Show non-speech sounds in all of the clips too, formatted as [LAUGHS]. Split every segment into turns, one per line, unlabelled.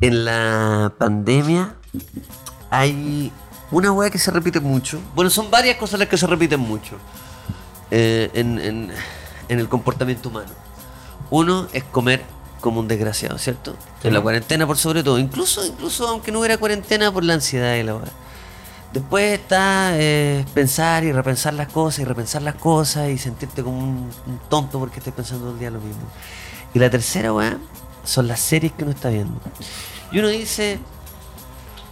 en la pandemia hay una weá que se repite mucho. Bueno, son varias cosas las que se repiten mucho eh, en, en- en el comportamiento humano. Uno es comer como un desgraciado, ¿cierto? En la cuarentena por sobre todo. Incluso, incluso aunque no hubiera cuarentena por la ansiedad y la weá. Después está eh, pensar y repensar las cosas y repensar las cosas y sentirte como un, un tonto porque estés pensando todo el día lo mismo. Y la tercera, weá, son las series que uno está viendo. Y uno dice,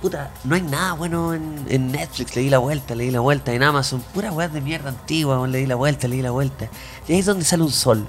puta, no hay nada bueno en, en Netflix, le di la vuelta, le di la vuelta, en Amazon, pura weá de mierda antigua, weón, le di la vuelta, le di la vuelta. Y ahí es donde sale un sol.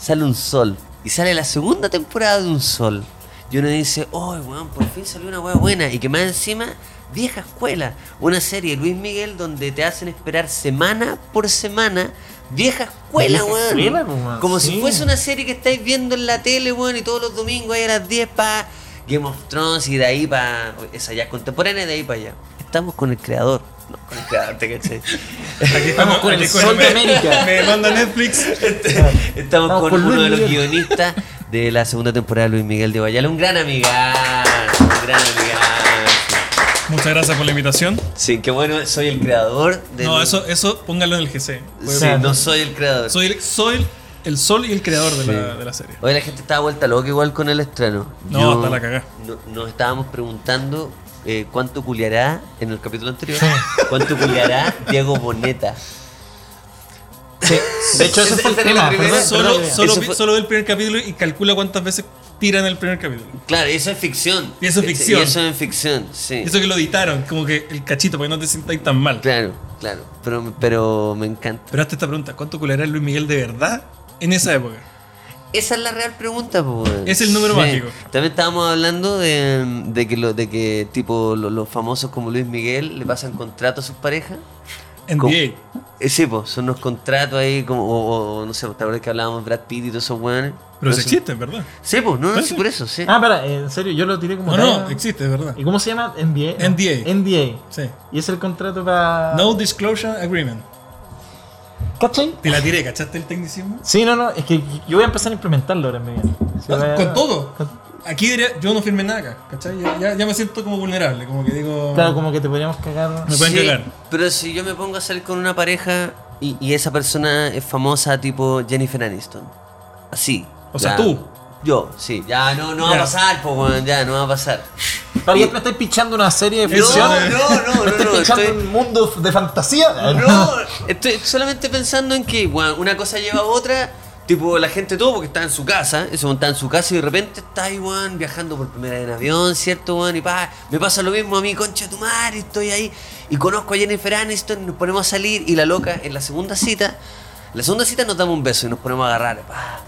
Sale un sol. Y sale la segunda temporada de un sol. Y uno dice, oh, weón, por fin salió una weá buena. Y que más encima, vieja escuela. Una serie, Luis Miguel, donde te hacen esperar semana por semana. Vieja escuela,
Vieja
weón.
escuela, po, weón,
Como si
sí.
fuese una serie que estáis viendo en la tele, weón, y todos los domingos ahí a las 10 para Game of Thrones y de ahí para. Esa ya es contemporánea y de ahí para allá. Estamos con el creador. No, con el creador, te cachai.
Aquí
Estamos con el
aquí
Sol de América.
Me manda Netflix.
Este, Estamos
Estamos
con,
con
uno
Luis
de los
Miguel.
guionistas de la segunda temporada de Luis Miguel de Bayala. Un gran amiga. Un gran amiga.
Muchas gracias por la invitación.
Sí, qué bueno, soy el creador de.
No, eso, eso póngalo en el GC.
Sí,
Claro.
no soy el creador.
Soy, el- soy el, el sol y el creador de, la,
Sí.
de la serie.
Hoy la gente estaba vuelta loca igual con el estreno.
No, está la cagá.
no- nos estábamos preguntando eh, cuánto culiará en el capítulo anterior. cuánto culiará Diego Boneta.
De hecho, ese fue el
Esa era la
tema.
primera.
perdón,
Solo,
perdón.
solo,
Eso
vi-
fue-
solo ve el primer capítulo y calcula cuántas veces tiran el primer capítulo.
Claro, eso es ficción.
Y eso es
Ese-
ficción.
Y eso es ficción, sí.
Eso que lo editaron, como que el cachito, para que no te sintáis tan mal.
Claro, claro. Pero, pero me encanta.
Pero hazte esta pregunta, ¿cuánto culará Luis Miguel de verdad en esa época?
Esa es la real pregunta, po, weón.
Es el número mágico.
También estábamos hablando de, de que, lo- de que tipo lo- los famosos como Luis Miguel le pasan contrato a sus parejas.
En
¿Cómo?
DA.
Eh, sí, po, son unos contratos ahí como, o, o, no sé, pues, ¿te acuerdas que hablábamos de Brad Pitt y todos esos weones?
Pero eso
Entonces-
existe, ¿verdad?
Sí, pues, no, no,
Pero
sí,
sí.
por eso, sí.
Ah, para, en serio, yo lo tiré como.
No, no,
tarea.
existe, es verdad.
¿Y cómo se llama? NBA. ¿no?
NDA.
NDA.
Sí.
Y es el contrato para.
No Disclosure Agreement.
¿Cachai?
Te la tiré, ¿cachaste el tecnicismo?
Sí, no, no, es que yo voy a empezar a implementarlo ahora en mi vida. Sí, voy a-
Con todo.
con-
Aquí diría, yo no firmé nada acá, ¿cachai? Ya, ya- ya me siento como vulnerable, como que digo.
Claro, como que te podríamos cagar.
Me pueden
Sí,
cagar.
Pero si yo me pongo a salir con una pareja y, y esa persona es famosa tipo Jennifer Aniston. Así.
O sea, tú.
Yo, sí. Ya, no, no va a
Ya.
pasar, po, weón, ya, no va a pasar.
Para que me estáis pichando una serie de
Eso,
ficción.
no, no, no,
me estáis
no,
pichando
estoy-
un mundo de fantasía.
No, estoy solamente pensando en que weón, una cosa lleva a otra. Tipo, la gente todo porque está en su casa, eso está en su casa y de repente está ahí, weón, viajando por primera vez en avión, ¿cierto, weón? Y pa, me pasa lo mismo a mí, concha de tu madre, estoy ahí y conozco a Jennifer Aniston, nos ponemos a salir y la loca en la segunda cita, la segunda cita nos damos un beso y nos ponemos a agarrar, pa.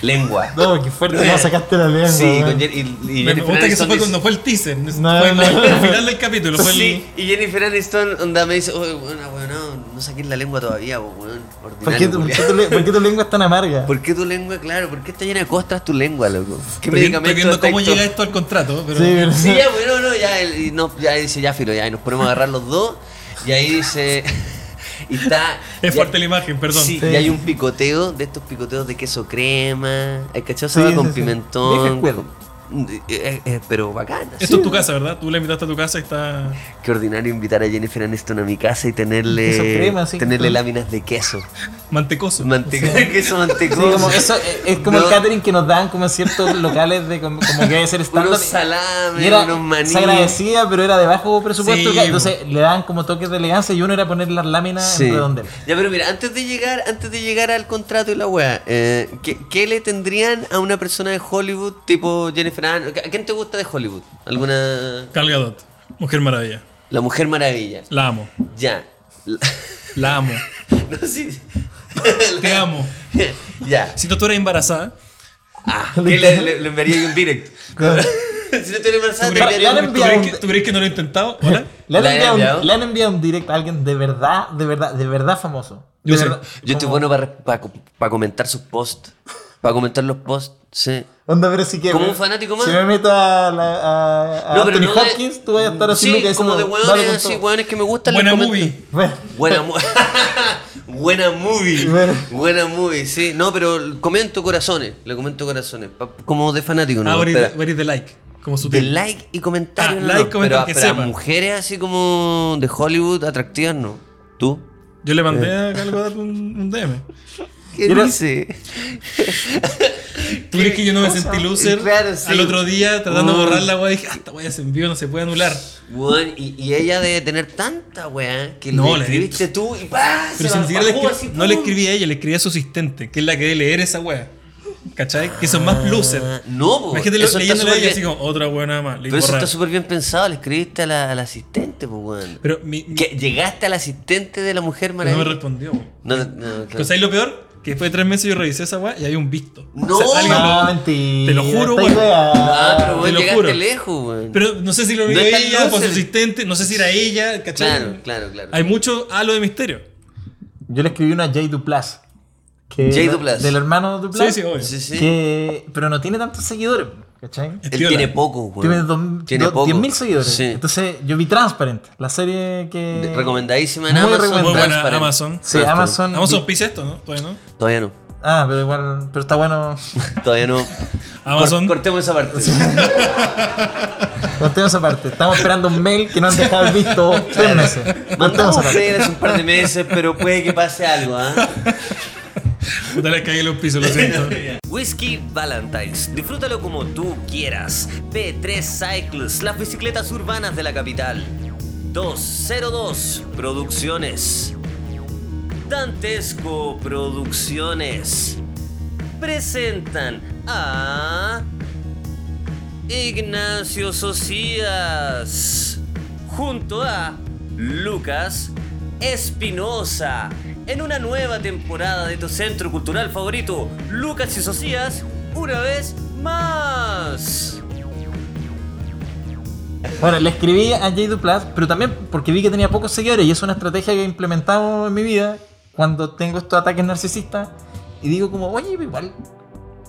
Lengua.
[LAUGHS] No, qué fuerte, no sacaste la lengua.
Sí,
weón.
con Jen- y, y
Me- Me
Jennifer
gusta que eso
Aniston
fue
dice-
cuando fue el teaser. No,
No,
fue el-
no.
el [LAUGHS] final del capítulo. Fue el-
Sí, y Jennifer Aniston onda me dice, oye, bueno, weón, no, no saqué la lengua todavía, po, weón.
¿Por qué,
ordinario,
tu- por,
culiao".
qué tu, le- por qué tu lengua es tan amarga?
¿Por qué tu lengua, claro? ¿Por qué está llena de costras tu lengua, loco? ¿Qué
Estoy viendo- estoy viendo
medicamento
cómo
está
llega
esto?
esto al contrato, pero.
Sí, pero-
Sí, ya, bueno, no, ya, el- y no, ya dice, ya, filo, ya, y nos ponemos a agarrar los dos, y ahí dice, [LAUGHS] y está...
Es
ya-
fuerte la imagen, perdón.
Sí,
Sí.
y hay un picoteo, de estos picoteos de queso crema, hay cachazo
Sí, sí,
con
sí. Vieja
pimentón,
escuela.
con- eh, eh, pero bacana.
Esto es tu casa, ¿verdad? Tú la invitaste a tu casa y está.
Qué ordinario invitar a Jennifer Aniston a mi casa y tenerle,
Queso crema, sí,
tenerle
con-
láminas de queso.
Mantecoso.
Manteca, [LAUGHS] queso
Sí,
mantecoso.
como eso, eh, es como
No.
el catering que nos dan como en
[LAUGHS]
ciertos locales de com- como que debe ser estándar.
Unos salames,
Y era,
unos maní.
se agradecía, pero era de bajo presupuesto.
Sí,
que- entonces le daban como toques de elegancia y uno era poner las láminas
Sí.
en redondel.
Ya, pero mira, antes de llegar, antes de llegar al contrato y la weá, eh, ¿qué, qué le tendrían a una persona de Hollywood tipo Jennifer Aniston? ¿A quién te gusta de Hollywood? ¿Alguna.
Gal Gadot, Mujer Maravilla.
La Mujer Maravilla.
La amo.
Ya. [LAUGHS] La-
La amo.
No, sí.
Te amo.
[LAUGHS] ya.
Si tú tú eras embarazada,
Ah, ¿qué le, le- le enviaría yo un direct? [LAUGHS] si no te lo
¿tú
embarazada, te
crees,
enviaría
ya le
tú
enviado
crees
un-
que, tú crees que no lo he intentado? ¿Hola?
Le han,
[LAUGHS] ¿La han
enviado
enviado?
un, le han enviado un direct a alguien de verdad, de verdad, de verdad famoso.
Yo
De
sé.
verdad,
Yo estoy
como-
bueno para, para, para comentar sus posts. Para comentar los posts, sí.
Onda, pero si que
Como un fanático más.
Si me meto a, la, a, a
No, pero
Anthony
no de-
Ah, Hopkins, tú vas a estar así
Sí, como de hueones así, hueones que me gustan. les
Buena
comento.
movie.
Bueno,
Buena, mu- [LAUGHS] buena movie.
Bueno.
Buena movie, sí. No, pero comento corazones. Le comento corazones. pa- Como de fanático, ¿no?
Ah, what is
Espera.
the- what is the like? Como
De
sutil.
like y comentario.
Ah,
no,
like,
no,
comentario,
pero,
que
pero a
sepan.
mujeres así como de Hollywood atractivas, ¿no? ¿Tú?
Yo le mandé
Eh.
a Galgadot un, un DM.
¿Qué
Yo no-
dice?
¿Tú crees que yo no me sentí loser?
Claro, sí.
Al otro día, tratando de
Oh.
borrar la weá, dije, ah, esta weá se envió, no se puede anular.
Weón, y, y ella debe tener tanta weá que
No,
le
la-
escribiste tú y ¡pah! se
Pero si
la
ni siquiera le
bajó
escri-
así,
no le
¡pum!
escribí a ella, le escribí a su asistente, que es la que debe leer esa weá. ¿Cachai? Que son más loser.
Ah, No, po,
Imagínate
eso está
leyéndole
súper
a ella
bien.
así como, otra weá nada más. le
Pero eso
borrar.
está súper bien pensado, le escribiste a la, al asistente, pues weón.
Pero mi, mi-
Que llegaste al asistente de la mujer
no me
maravilla.
respondió. weón.
No, no, no,
Pero ¿sabes lo peor? Que después de tres meses yo revisé esa weá y había un visto.
No.
alguien lo-
No, mentira.
Te lo juro,
estoy
weón.
weando.
Ah, pero
te
weón,
lo
llegaste
juro.
lejos, weón.
Pero no sé si lo
No
vio
es tan
ella, fue a su
loser.
asistente, no sé si era ella, ¿cachai?
Claro, claro, claro.
Hay mucho halo de misterio.
Yo le escribí una a Jay Duplas. que-
Jay Duplas.
Del hermano
Sí,
Duplas.
sí, obvio.
Sí, sí.
que- pero no tiene tantos seguidores, ¿cachai?
Es
Él
piola.
tiene poco, weón.
Tiene, dos,
Tiene
do-
poco.
10.000 seguidores.
Sí.
Entonces, yo vi Transparent, la serie que.
Recomendadísima en
Muy
Amazon.
recomendada.
Muy buena
Transparent.
Amazon.
Sí,
Transparent.
Amazon.
Amazon auspicia esto, ¿no? Todavía no.
Todavía no. [LAUGHS]
Ah, pero igual. Pero está bueno. [LAUGHS]
Todavía no.
Amazon.
Cor- cortemos esa parte.
Contemos esa parte. Estamos esperando un mail que no han dejado visto tres meses. Contemos
Mandamos
esa parte.
ustedes hace un par de meses, pero puede que pase algo, ¿ah?
Puta, le caí los pisos,
[LAUGHS]
lo siento.
Whisky Valentine's. Disfrútalo como tú quieras. P3 Cycles, las bicicletas urbanas de la capital. 202 Producciones. Dantesco Producciones. Presentan a Ignacio Socias junto a Lucas Espinosa en una nueva temporada de tu centro cultural favorito, Lucas y Socias, una vez más.
Bueno, le escribí a Jay Duplas, pero también porque vi que tenía pocos seguidores y es una estrategia que he implementado en mi vida cuando tengo estos ataques narcisistas y digo como, oye, pero igual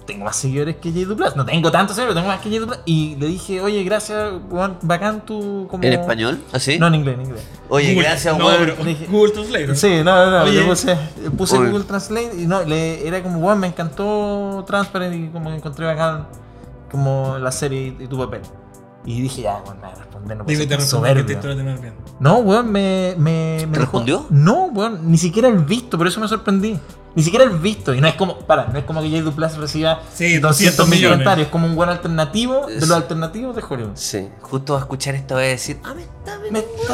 tengo más seguidores que Jay Duplas, no tengo tantos seguidores, tengo más que Jay Duplas y le dije, oye, gracias, weón, bacán tu... Como...
¿En español? ¿Así?
No, en inglés, en inglés.
Oye,
Google-
gracias,
no,
weón.
pero Google Translate. ¿no?
Sí, no, no, no,
Oye.
le puse, le puse
Uy.
Google Translate y no, le, era como, weón, me encantó Transparent y como encontré bacán como la serie y, y tu papel. Y dije, ya, bueno, me voy a responder, no puedo
Dime,
ser
te
tan
respondo que te
soberbio".
estoy teniendo bien.
No, weón, me. me, me
¿Te respondió?
No, weón, ni siquiera el visto, por eso me sorprendí. Ni siquiera el visto. Y no es como. Para, no es como que Jay Duplas reciba
Sí, 200
200 mil
millones.
comentarios. Es como un buen alternativo de
Es-
los alternativos de Hollywood.
Sí, justo a escuchar esto voy a decir, ah, me está
Me está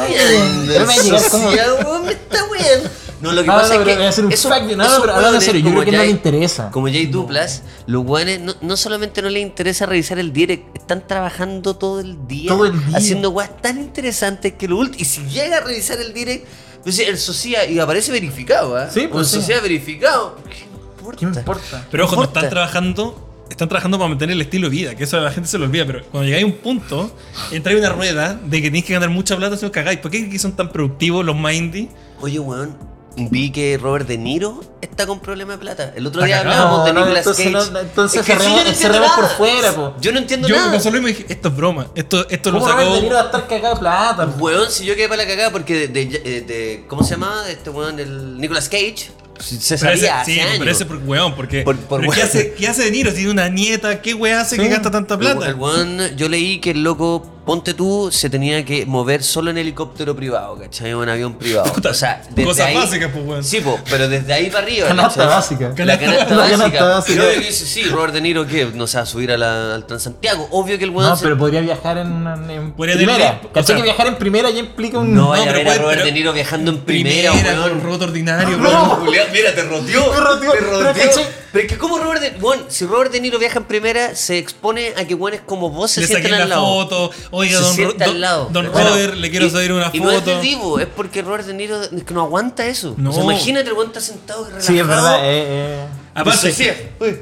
weando.
weando. Me va a llegar como-
Socias, weón, me está weando. No, lo que
Ah,
pasa
no,
es
pero voy
que
a hacer un
esos-
fact de- no,
esos
pero hablando en
weones
serio, yo
como
creo que no
Jay-
le interesa.
Como Jay Duplas, los guanes no, no solamente no les interesa revisar el direct, están trabajando todo el día,
Todo el día.
haciendo guas tan interesantes que lo último. Y si llega a revisar el direct, pues, el socia y aparece verificado, ¿ah?
Sí, pues,
Un
sí.
socia verificado. ¿Qué importa?
¿Qué me importa?
Pero ojo, no están
Importa.
trabajando. Están trabajando para mantener el estilo de vida, que eso a la gente se lo olvida, pero cuando llegáis a un punto, entráis en una rueda de que tenéis que ganar mucha plata si no cagáis. ¿Por qué aquí son tan productivos los más indie?
Oye, weón, vi que Robert De Niro está con problemas de plata. El otro
Está
día
cagado.
hablábamos de
No, no,
Nicolas
entonces
Cage.
no, no, entonces
que
cerremos-
yo no entiendo
cerremos por
nada.
fuera, po.
Yo no entiendo
Yo
nada.
me solo me dije, esto es broma, esto, esto lo
¿Cómo Robert De Niro va
sacó.
a estar cagado de plata? po?
Weón, si yo quedé para la cagada porque de, de- eh, de- ¿Cómo se llama? Este weón, el Nicolas Cage. Se
Pero ese-
sabía hace
sí,
años.
pero ese por weón, porque.
Por- por
pero ¿qué,
weón.
hace, ¿Qué hace De Niro? Tiene una nieta, ¿qué weón hace que
Sí.
gasta tanta plata?
El weón, yo leí que el loco, ponte tú, se tenía que mover solo en helicóptero privado, ¿cachai? O en avión privado.
Puta,
o sea, desde
cosas
ahí-
básicas, pues, weón.
Sí, po, pero desde ahí para arriba.
Canasta
¿cachai?
básica.
La canasta
La
básica.
canasta básica.
Yo dije, sí, Robert De Niro, ¿qué? No se va a subir a la- al Transantiago. Obvio que el weón.
No,
se-
pero podría viajar en, en
Podría
primera.
tener- o
¿Cachai
sea-
que viajar en primera ya implica un.
No vaya
No,
a
pero
ver a
puede-
Robert
pero-
De Niro viajando en primera, weón.
con roto ordinario,
No.
weón.
Julián, mira, te roteó.
Me roteó,
Te
pero
roteó.
¿cachai?
Pero es que como Robert De Bueno, si Robert De Niro viaja en primera, se expone a que buenos como vos se
Le saqué
sienten al
la
lado.
foto. Oiga,
se
don, Ro-
sienta
don-
al lado.
don
¿cachai?
Robert, le quiero
Y-
salir una
Y no
foto.
es de divo, es porque Robert De Niro es que no aguanta eso.
No.
O sea, imagínate, el weón está sentado y relajado.
Sí, es verdad. eh, eh.
Aparte,
Sí, uy.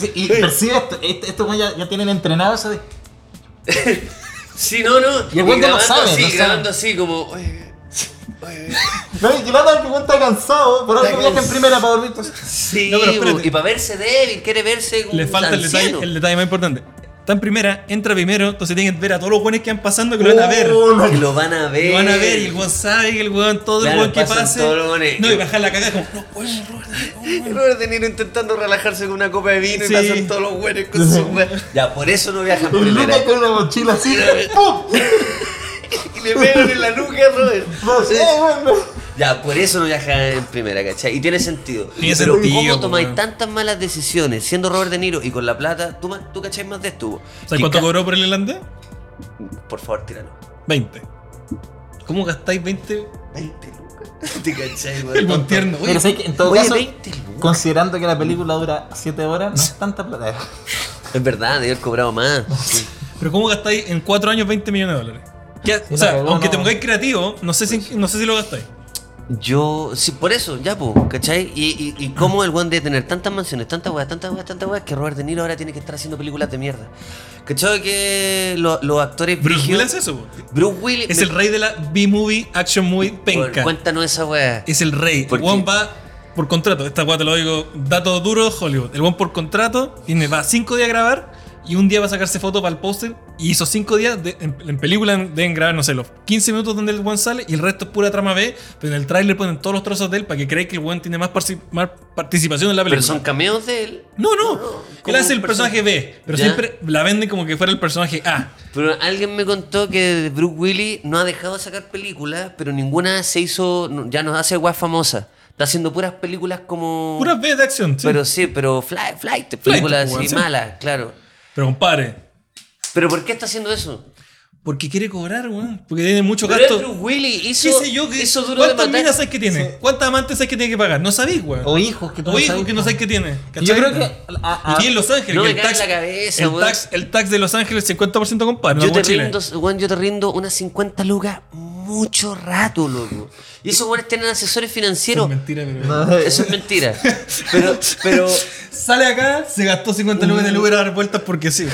Sí, Y percibe esto, esto- estos güeyes ya, ya tienen entrenado eso de.
Sí, no, no.
Y el weón no lo
grabando
sabe,
así,
no sabe.
grabando así como... oye, oye.
No, y que lata el weón está cansado, por algo viaja en primera para dormir. entonces.
Sí,
No, pero espérate.
y para verse débil, quiere verse como
le
un
falta el detalle,
anciano.
el detalle más importante. Está en primera, entra primero, entonces tienen que ver a todos los buenos que van pasando que lo van a ver.
Oh,
Que lo van a ver.
Lo van a ver y el weón sabe que el weón, todo
Claro,
el weón que
pasan
pase.
todos los weones.
No, y bajar la cagada como, no puedes, Robert.
Y [LAUGHS] Robert De Niro intentando relajarse con una copa de vino
Sí.
y pasan todos los buenos con
[LAUGHS]
su Ya, por eso no viajan
El
primera.
Luca con una mochila así. ¡Pum!
Y le pegan en la nuca a Robert.
eh,
Ya, por eso no viaja en primera, ¿cachai? Y tiene sentido.
Tiene
Pero
sentido,
¿cómo
po,
tomáis
weón.
tantas malas decisiones siendo Robert De Niro y con la plata? ¿Tú, ma- tú cachai más de esto? po?
¿Sabes
Que
cuánto
ca-
cobró por el irlandés?
Por favor, tíralo.
20. ¿Cómo gastáis 20?
20 lucas. [LAUGHS] ¿Te cachai, weón?
El Montierno.
Pero sé que en todo
Oye,
caso,
20 lucas.
considerando que la película dura 7 horas, no es tanta plata.
Es verdad, debe haber cobrado
[LAUGHS]
más.
Pero ¿cómo gastáis en 4 años 20 millones de dólares? ¿Qué ha-
Sí,
o sea,
la cagó,
aunque
no.
te pongáis creativo, no sé si, no sé si lo gastáis.
Yo, sí, por eso, ya, po, ¿cachai? Y, y, y cómo el one debe tener tantas mansiones, tantas weas, tantas weas, tantas weas, que Robert De Niro ahora tiene que estar haciendo películas de mierda. ¿Cachai? Que lo- los actores.
Bruce
brígidos-
Willis es eso, po.
Bruce Willis.
Es
me-
el rey de la B-movie, action movie, penca.
Weón, Cuéntanos esa wea.
Es el rey.
¿Por
El Juan
qué?
va por contrato. Esta weá te lo digo, dato duro de Hollywood. El Juan por contrato tiene, va cinco días a grabar y un día va a sacarse foto para el póster. Y esos cinco días de- en, en película deben grabar, no sé, los 15 minutos donde el Juan sale y el resto es pura trama B. Pero en el tráiler ponen todos los trozos de él para que creáis que el Juan tiene más, parci- más participación en la
Pero
película.
son cameos de él.
No, no.
No, no,
Él
como
hace el
un
personaje B, pero
Ya.
siempre la venden como que fuera el personaje A.
Pero alguien me contó que Bruce Willis no ha dejado de sacar películas, pero ninguna se hizo, no- ya nos hace guay famosa. Está haciendo puras películas como...
Pura B de acción. sí. Pero,
Pero sí, pero fly, flight, películas
weón,
así
sí.
malas, claro.
compadre,
Pero ¿por qué está haciendo eso?
porque quiere cobrar, weón. Porque tiene mucho
Pero
gasto.
es Bruce Willis
¿Qué
hizo,
sé yo? que-
hizo duro de
¿Cuántas
matar.
minas sabes que tiene? ¿Cuántas amantes sabes que tiene que pagar? No sabéis, güey.
O hijos que tú
O hijos
sabes.
que no sabéis que tiene.
Y Yo
¿cachai?
creo que. a-
Y
a-
tiene en Los Ángeles.
No
que
me
el
cae en
tax,
la cabeza,
el
weón.
tax, el tax de Los Ángeles 50% compadre.
Yo
no como
te,
Chile.
rindo, weón, yo te rindo unas 50 lucas mucho rato, loco. Y esos weones tienen asesores
Eso es
financieros.
mentira, pero.
Eso
eh,
es mentira. Pero,
[LAUGHS]
pero,
Sale acá, se gastó 50 lucas
Uh.
en el Uber a dar vueltas
[LAUGHS]
porque sí.